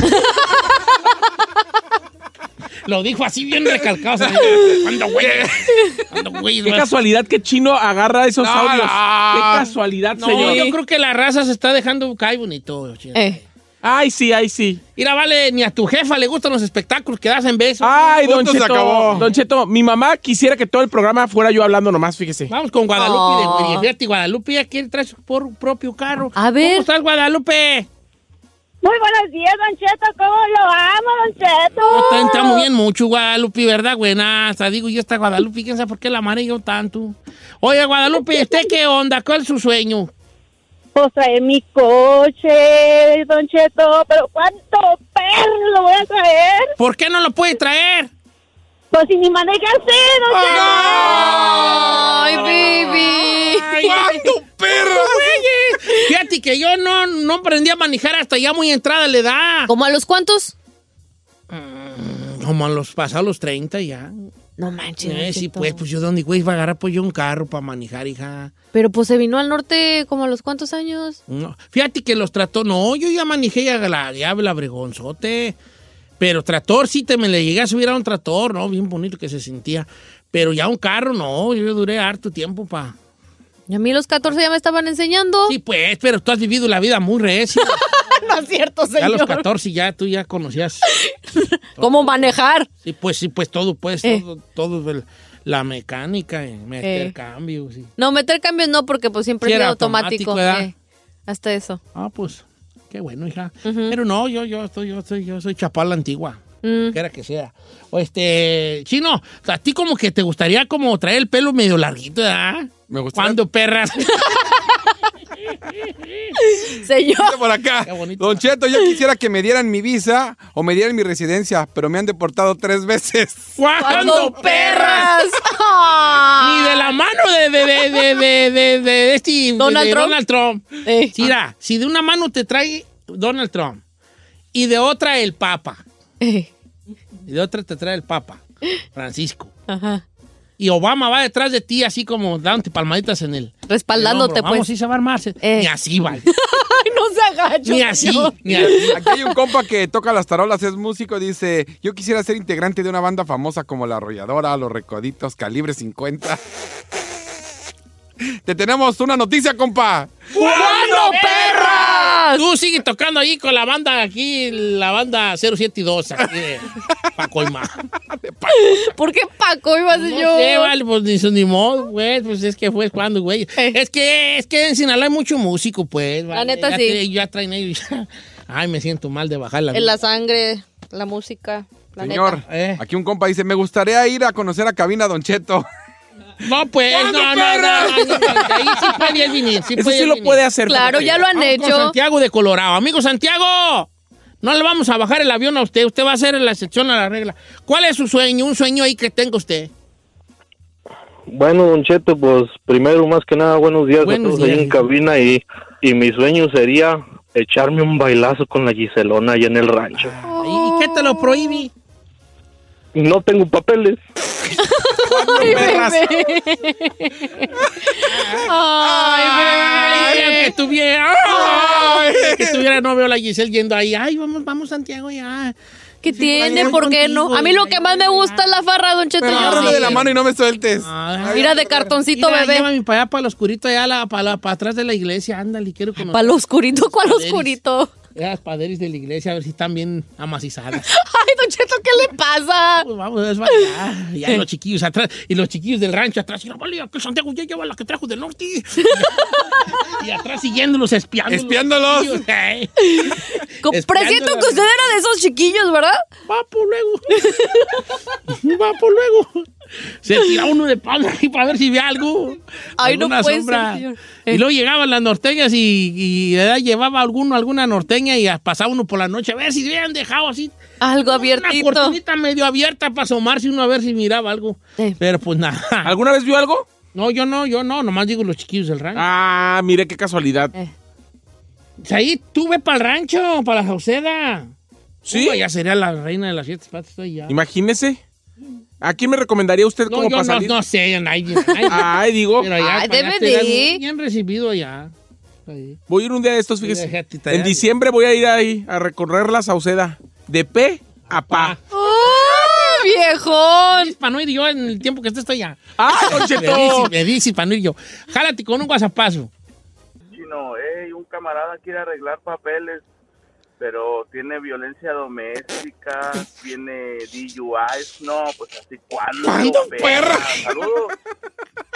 [SPEAKER 2] Lo dijo así bien recalcado. señor. ¿Cuándo, güey?
[SPEAKER 9] Eh.
[SPEAKER 2] ¿Cuándo, güey?
[SPEAKER 5] Qué casualidad que Chino agarra esos
[SPEAKER 2] No,
[SPEAKER 5] audios.
[SPEAKER 2] no.
[SPEAKER 5] Qué casualidad,
[SPEAKER 2] No,
[SPEAKER 5] señor.
[SPEAKER 3] Eh.
[SPEAKER 2] yo creo que la raza se está dejando caer bonito. chino.
[SPEAKER 5] Ay, sí, ay, sí.
[SPEAKER 2] Mira, vale, ni a tu jefa le gustan los espectáculos que das en besos.
[SPEAKER 5] Ay, Don Cheto. Don Cheto, mi mamá quisiera que todo el programa fuera yo hablando nomás, fíjese.
[SPEAKER 2] Vamos con Guadalupe. De, oye, fíjate, Guadalupe ya quiere traer su por- propio carro.
[SPEAKER 3] A ver.
[SPEAKER 2] ¿Cómo estás, Guadalupe?
[SPEAKER 16] Muy buenos días, Don Cheto. ¿Cómo lo amo, Don Cheto?
[SPEAKER 2] Está, está muy bien mucho, Guadalupe, ¿verdad, buena? Hasta digo yo, esta Guadalupe, quién sabe por qué la amarillo tanto. Oye, Guadalupe, ¿usted qué onda? ¿Cuál es su sueño?
[SPEAKER 16] Pues traer mi coche, Don Cheto. Pero ¿cuánto perro lo voy a traer?
[SPEAKER 2] ¿Por qué no lo puede traer?
[SPEAKER 16] Pues si ni maneja sé, Don Cheto.
[SPEAKER 3] ¡Ay, baby!
[SPEAKER 2] ¡Cuánto perro, güeyes! Fíjate que yo no, no aprendí a manejar hasta ya muy entrada la edad.
[SPEAKER 3] ¿Como a los cuantos?
[SPEAKER 2] Como a los pasados los 30 ya.
[SPEAKER 3] No manches.
[SPEAKER 2] Eh,
[SPEAKER 3] Don
[SPEAKER 2] sí,
[SPEAKER 3] Cheto.
[SPEAKER 2] pues, pues yo dónde, güey, iba a agarrar pues yo un carro para manejar, hija.
[SPEAKER 3] Pero pues se vino al norte como a los cuantos años.
[SPEAKER 2] No, Fíjate que los trató, no, yo ya manejé ya la, ya la bregonzote. Pero tractor, sí, te me le llegué a subir a un tractor, ¿no? Bien bonito que se sentía. Pero ya un carro, no, yo duré harto tiempo pa.
[SPEAKER 3] Y a mí los 14 ya me estaban enseñando.
[SPEAKER 2] Sí, pues, pero tú has vivido la vida muy recia.
[SPEAKER 3] no es cierto,
[SPEAKER 2] ya a
[SPEAKER 3] señor.
[SPEAKER 2] los 14 ya tú ya conocías.
[SPEAKER 3] ¿Cómo manejar?
[SPEAKER 2] Sí, pues, sí, pues todo, pues,
[SPEAKER 3] Eh.
[SPEAKER 2] todo, todo el- la mecánica, eh, meter
[SPEAKER 3] Eh.
[SPEAKER 2] cambios. sí.
[SPEAKER 3] No, meter cambios no, porque pues siempre
[SPEAKER 2] Sí,
[SPEAKER 3] es
[SPEAKER 2] era
[SPEAKER 3] automático.
[SPEAKER 2] automático, ¿verdad?
[SPEAKER 3] eh, hasta eso.
[SPEAKER 2] Ah, pues, qué bueno, hija. Pero no, yo, yo, estoy, yo, soy, yo soy chapala antigua.
[SPEAKER 3] Mm.
[SPEAKER 2] Quiera que sea. O este, chino, a ti como que te gustaría como traer el pelo medio larguito, ¿verdad? Me gusta. Cuando perras.
[SPEAKER 3] Señor.
[SPEAKER 4] Por acá. Don Cheto, yo quisiera que me dieran mi visa o me dieran mi residencia, pero me han deportado tres veces.
[SPEAKER 2] ¡Cuando perras!
[SPEAKER 3] Ah.
[SPEAKER 2] Ni de la mano de, de, de, de, de, de- de este
[SPEAKER 3] Donald
[SPEAKER 2] de
[SPEAKER 3] Trump. Eh.
[SPEAKER 2] Donald Trump. Sí, mira, si de una mano te trae Donald Trump y de otra el Papa. Y de otra te trae el Papa, Francisco.
[SPEAKER 3] Ajá.
[SPEAKER 2] Y Obama va detrás de ti así como dándote palmaditas en él.
[SPEAKER 3] Respaldándote, pues.
[SPEAKER 2] Vamos, sí se va a eh. armarse. Ni así, vale.
[SPEAKER 3] Ay, no se agacho.
[SPEAKER 2] Ni así,
[SPEAKER 3] señor.
[SPEAKER 2] ni así.
[SPEAKER 4] Aquí hay un compa que toca las tarolas, es músico, dice, yo quisiera ser integrante de una banda famosa como La Arrolladora, Los Recoditos, Calibre 50. Te tenemos una noticia, compa.
[SPEAKER 2] ¡Cuando perras! Tú sigue tocando ahí con la banda aquí, la banda 072 aquí de Pacoima.
[SPEAKER 3] ¿Por qué Paco iba,
[SPEAKER 2] No
[SPEAKER 3] señor?
[SPEAKER 2] sé, vale, pues ni, su- ni modo, pues, pues es que fue cuando, güey. Es que, es que en Sinaloa hay mucho músico, pues. vale.
[SPEAKER 3] neta,
[SPEAKER 2] Ya
[SPEAKER 3] sí.
[SPEAKER 2] tra- Ya traen ellos. Ay, me siento mal de bajar la
[SPEAKER 3] En la sangre, la música, la
[SPEAKER 4] Señor,
[SPEAKER 3] neta.
[SPEAKER 2] Eh.
[SPEAKER 4] aquí un compa dice, me gustaría ir a conocer a cabina Don Cheto.
[SPEAKER 2] No, pues, no, no, no, no, no, no, ahí sí puede venir, sí
[SPEAKER 4] Eso
[SPEAKER 2] puede
[SPEAKER 4] sí lo
[SPEAKER 2] venir.
[SPEAKER 4] puede hacer,
[SPEAKER 3] Claro, ya lo han
[SPEAKER 2] Vamos con
[SPEAKER 3] hecho.
[SPEAKER 2] Santiago de Colorado. Amigo Santiago, no le vamos a bajar el avión a usted, usted va a hacer la excepción a la regla. ¿Cuál es su sueño? Un sueño ahí que tenga usted.
[SPEAKER 9] Bueno, Don Cheto, pues primero, más que nada, buenos días
[SPEAKER 2] Buenos
[SPEAKER 9] a todos ahí
[SPEAKER 2] días.
[SPEAKER 9] en cabina y, y mi sueño sería echarme un bailazo con la Giselona allá en el rancho.
[SPEAKER 2] ¿Y qué te lo prohíbe?
[SPEAKER 9] No tengo papeles.
[SPEAKER 2] Ay, aunque tuviera, ay, que tuviera no veo la Giselle yendo ahí. Ay, vamos, vamos Santiago ya.
[SPEAKER 3] ¿Qué tiene?
[SPEAKER 2] voy
[SPEAKER 3] ¿Por qué
[SPEAKER 2] contigo,
[SPEAKER 3] no? A mí lo que más me gusta es la farra, Don Cheto. yo
[SPEAKER 4] Agárrame
[SPEAKER 3] sí.
[SPEAKER 4] de la mano y no me sueltes.
[SPEAKER 3] Mira, de cartoncito,
[SPEAKER 2] Mira,
[SPEAKER 3] bebé.
[SPEAKER 2] Llévame para allá, para el oscurito, allá, la- para, la- para atrás de la iglesia. Ándale, quiero conocer.
[SPEAKER 3] Para lo oscurito, ¿cuál
[SPEAKER 2] Padres.
[SPEAKER 3] oscurito?
[SPEAKER 2] Las paderis de la iglesia, a ver si están bien amacizadas.
[SPEAKER 3] Ay, Don Cheto, ¿qué le pasa?
[SPEAKER 2] Pues Vamos, es bailar. Y ahí los chiquillos atrás, y los chiquillos del rancho atrás. Y no, vale, que Santiago ya lleva la que trajo del norte. y atrás siguiéndolos, espiándolos.
[SPEAKER 4] Espiándolos.
[SPEAKER 2] Ey.
[SPEAKER 3] Co- Presiento que usted era de esos chiquillos, ¿verdad?
[SPEAKER 2] Va por luego. Va por luego. Se tira uno de palo ahí para ver si ve algo.
[SPEAKER 3] Ay, no
[SPEAKER 2] alguna
[SPEAKER 3] puede ser, señor.
[SPEAKER 2] Y luego llegaban las norteñas y, y de edad llevaba alguno, alguna norteña y pasaba uno por la noche a ver si habían dejado así
[SPEAKER 3] Algo
[SPEAKER 2] una
[SPEAKER 3] abiertito.
[SPEAKER 2] cortinita medio abierta para asomarse uno a ver si miraba algo. Pero pues nada.
[SPEAKER 5] ¿Alguna vez vio algo?
[SPEAKER 2] No, yo no, yo no. Nomás digo los chiquillos del rancho.
[SPEAKER 5] Ah, mire qué casualidad.
[SPEAKER 3] Eh.
[SPEAKER 2] Ahí tú ve para el rancho, para la Sauceda. Sí. ya sería la reina de las siete patas. estoy ya.
[SPEAKER 5] Imagínese. ¿A quién me recomendaría usted
[SPEAKER 2] No,
[SPEAKER 5] como
[SPEAKER 2] yo
[SPEAKER 5] para
[SPEAKER 2] no,
[SPEAKER 5] salir?
[SPEAKER 2] no sé, nadie. nadie.
[SPEAKER 5] Ay, digo.
[SPEAKER 2] Pero ya,
[SPEAKER 3] Ay,
[SPEAKER 2] para allá
[SPEAKER 3] debe
[SPEAKER 2] te dan
[SPEAKER 3] de.
[SPEAKER 2] muy Bien recibido allá. Ahí.
[SPEAKER 5] Voy a ir un día de estos, fíjese.
[SPEAKER 2] Mira, déjate,
[SPEAKER 5] En
[SPEAKER 2] ya.
[SPEAKER 5] diciembre voy a ir ahí a recorrer la Sauceda. De P a pa.
[SPEAKER 3] ¡Ah, viejón!
[SPEAKER 2] Para no ir yo en el tiempo que esté estoy allá.
[SPEAKER 5] ¡Ah, Don
[SPEAKER 2] Me
[SPEAKER 5] Cheto!
[SPEAKER 2] dice, me dice, para no ir yo. Jálate con un guasapazo.
[SPEAKER 10] Chino, hey, un camarada quiere arreglar papeles.
[SPEAKER 17] pero tiene violencia doméstica, tiene DUIs, no, pues así cuando. ¿Cuándo, perra? Saludos.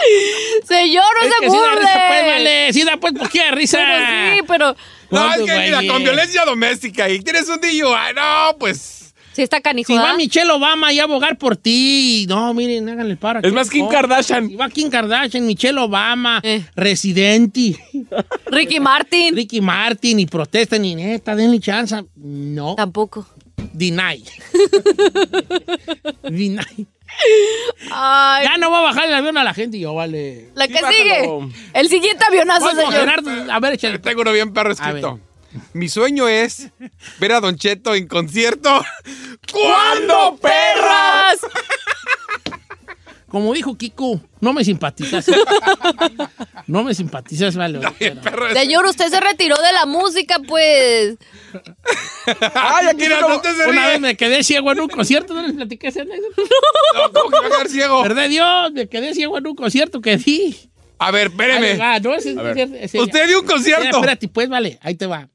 [SPEAKER 3] Señor, no
[SPEAKER 2] Es
[SPEAKER 3] se
[SPEAKER 2] que sí da
[SPEAKER 3] burle.
[SPEAKER 2] risa, pues, vale. Sí da, pues, ¿por qué risa? pues,
[SPEAKER 3] Pero sí, pero.
[SPEAKER 4] No, es que
[SPEAKER 2] Güey.
[SPEAKER 4] mira, con violencia doméstica y tienes un DUI, no, pues.
[SPEAKER 3] Sí, está canijo.
[SPEAKER 2] Si va
[SPEAKER 3] ¿verdad?
[SPEAKER 2] Michelle Obama y a abogar por ti. No, miren, háganle el paro.
[SPEAKER 5] Es más Kim Kardashian.
[SPEAKER 2] Si va Kim Kardashian, Michelle Obama, Residenti.
[SPEAKER 3] Eh. Ricky Martin.
[SPEAKER 2] Ricky Martin y protestan y neta, denle chance. No.
[SPEAKER 3] Tampoco.
[SPEAKER 2] Deny. Deny.
[SPEAKER 3] Ay,
[SPEAKER 2] Ya no voy a bajar el avión a la gente y yo, vale.
[SPEAKER 3] la que
[SPEAKER 2] Sí, bájalo.
[SPEAKER 3] sigue. El siguiente avionazo,
[SPEAKER 2] Vamos,
[SPEAKER 3] señor.
[SPEAKER 2] Gerardo. A ver, échale.
[SPEAKER 4] Tengo uno bien perro escrito. Mi sueño es ver a Don Cheto en concierto. ¿Cuándo,
[SPEAKER 3] perras?
[SPEAKER 2] Como dijo Kiko, no me simpatizas. no me simpatizas, vale.
[SPEAKER 3] Señor, usted se retiró de la música, pues.
[SPEAKER 4] Ay, aquí no, no te se
[SPEAKER 2] Ah, Una
[SPEAKER 4] ríe.
[SPEAKER 2] vez me quedé ciego en un concierto, ¿no les platiqué esa anécdota?
[SPEAKER 4] No, ¿cómo que va a quedar ciego?
[SPEAKER 2] ¿Verdad, Dios? Me quedé ciego en un concierto que di.
[SPEAKER 4] A ver, espéreme.
[SPEAKER 2] Ahí va, no, ese-
[SPEAKER 4] A ver.
[SPEAKER 2] ese- ese-
[SPEAKER 4] Usted dio un concierto.
[SPEAKER 2] Espera, Espérate, pues, vale, ahí te va.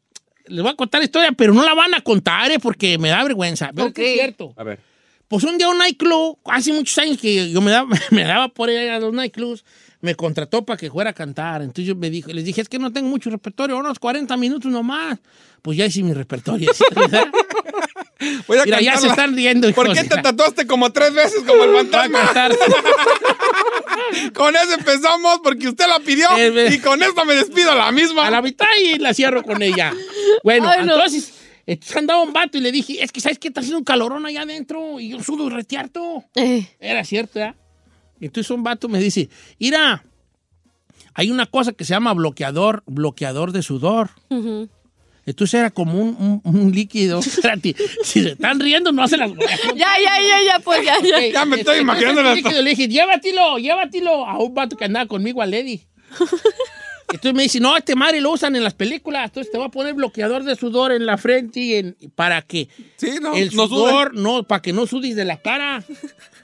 [SPEAKER 2] Les voy a contar la historia, pero no la van a contar, ¿eh? Porque me da vergüenza. Pero
[SPEAKER 3] Ok.
[SPEAKER 2] es cierto.
[SPEAKER 4] A ver.
[SPEAKER 2] Pues un día un nightclub, hace muchos años que yo me daba, me daba por ir a los nightclubs, me contrató para que fuera a cantar. Entonces yo me dijo, les dije, es que no tengo mucho repertorio, unos 40 minutos nomás. Pues ya hice mi repertorio. ¿sí?
[SPEAKER 4] Voy a
[SPEAKER 2] Mira, ya
[SPEAKER 4] cantarla.
[SPEAKER 2] se están riendo.
[SPEAKER 4] ¿Por
[SPEAKER 2] hijos
[SPEAKER 4] qué
[SPEAKER 2] de
[SPEAKER 4] te
[SPEAKER 2] la-
[SPEAKER 4] tatuaste como tres veces como el
[SPEAKER 2] Voy a
[SPEAKER 4] fantasma?
[SPEAKER 2] cantar.
[SPEAKER 4] Con eso empezamos porque usted la pidió
[SPEAKER 2] Eh, ve.
[SPEAKER 4] y con esta me despido a la misma.
[SPEAKER 2] a la mitad y la cierro con ella. Bueno,
[SPEAKER 3] Ay, no.
[SPEAKER 2] entonces, entonces andaba un vato y le dije, es que ¿sabes qué? Está haciendo un calorón allá adentro y yo sudo retearto.
[SPEAKER 3] Eh,
[SPEAKER 2] Era cierto, ¿ya? Entonces un vato me dice, mira, hay una cosa que se llama bloqueador, bloqueador de sudor.
[SPEAKER 3] ujú.
[SPEAKER 2] Entonces era como un, un- un líquido. Espérate, si se están riendo, no se las voy a contar.
[SPEAKER 3] Ya, ya, ya, ya, pues, ya, ya.
[SPEAKER 4] Ya me estoy
[SPEAKER 2] Entonces,
[SPEAKER 4] imaginando
[SPEAKER 2] este
[SPEAKER 4] las
[SPEAKER 2] líquido, Le dije, llévatelo, llévatelo a un vato que andaba conmigo, a Lady. Entonces me dice, no, este madre lo usan en las películas. Entonces te va a poner bloqueador de sudor en la frente y en, para que
[SPEAKER 4] Sí, no,
[SPEAKER 2] el
[SPEAKER 4] no sude.
[SPEAKER 2] sudor, no, para que no sudes de la cara.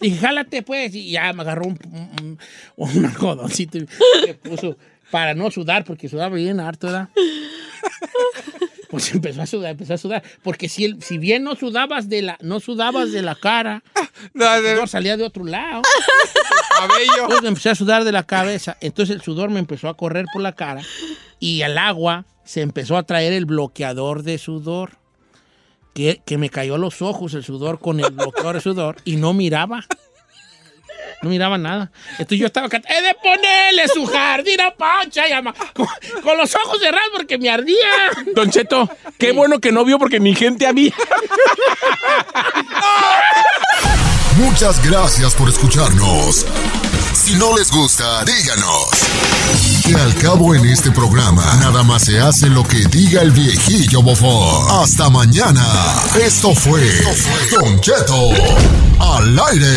[SPEAKER 2] Y jálate, pues. Y ya me agarró un, un, un algodoncito y me puso para no sudar, porque sudaba bien harto, ¿verdad? Pues empezó a sudar, empezó a sudar. Porque si, el- si bien no sudabas de la, no sudabas de la cara,
[SPEAKER 4] Ah, La
[SPEAKER 2] el
[SPEAKER 4] del
[SPEAKER 2] sudor salía de otro lado.
[SPEAKER 4] cabello.
[SPEAKER 2] Entonces me empecé a sudar de la cabeza. Entonces el sudor me empezó a correr por la cara y al agua se empezó a traer el bloqueador de sudor. Que, que me cayó a los ojos el sudor con el bloqueador de sudor y no miraba. No miraba nada. Entonces yo estaba cantando, ¡he de ponerle su jardín a Pancha! y ama-". con, con los ojos cerrados porque me ardía.
[SPEAKER 5] Don Cheto, qué bueno que no vio porque mi gente a mí.
[SPEAKER 1] Muchas gracias por escucharnos. Si no les gusta, díganos. Que al cabo en este programa, nada más se hace lo que diga el viejillo bofón. Hasta mañana. Esto fue Don Cheto al aire.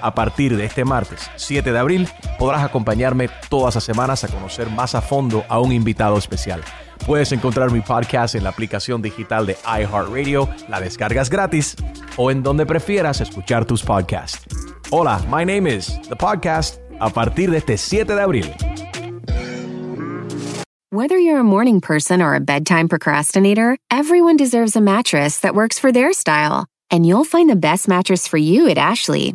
[SPEAKER 18] A partir de este martes 7 de abril podrás acompañarme todas las semanas a conocer más a fondo a un invitado especial. Puedes encontrar mi podcast en la aplicación digital de iHeartRadio, la descargas gratis o en donde prefieras escuchar tus podcasts. Hola, my name is The Podcast a partir de este 7 de abril.
[SPEAKER 19] Whether you're a morning person or a bedtime procrastinator, everyone deserves a mattress that works for their style. And you'll find the best mattress for you at Ashley.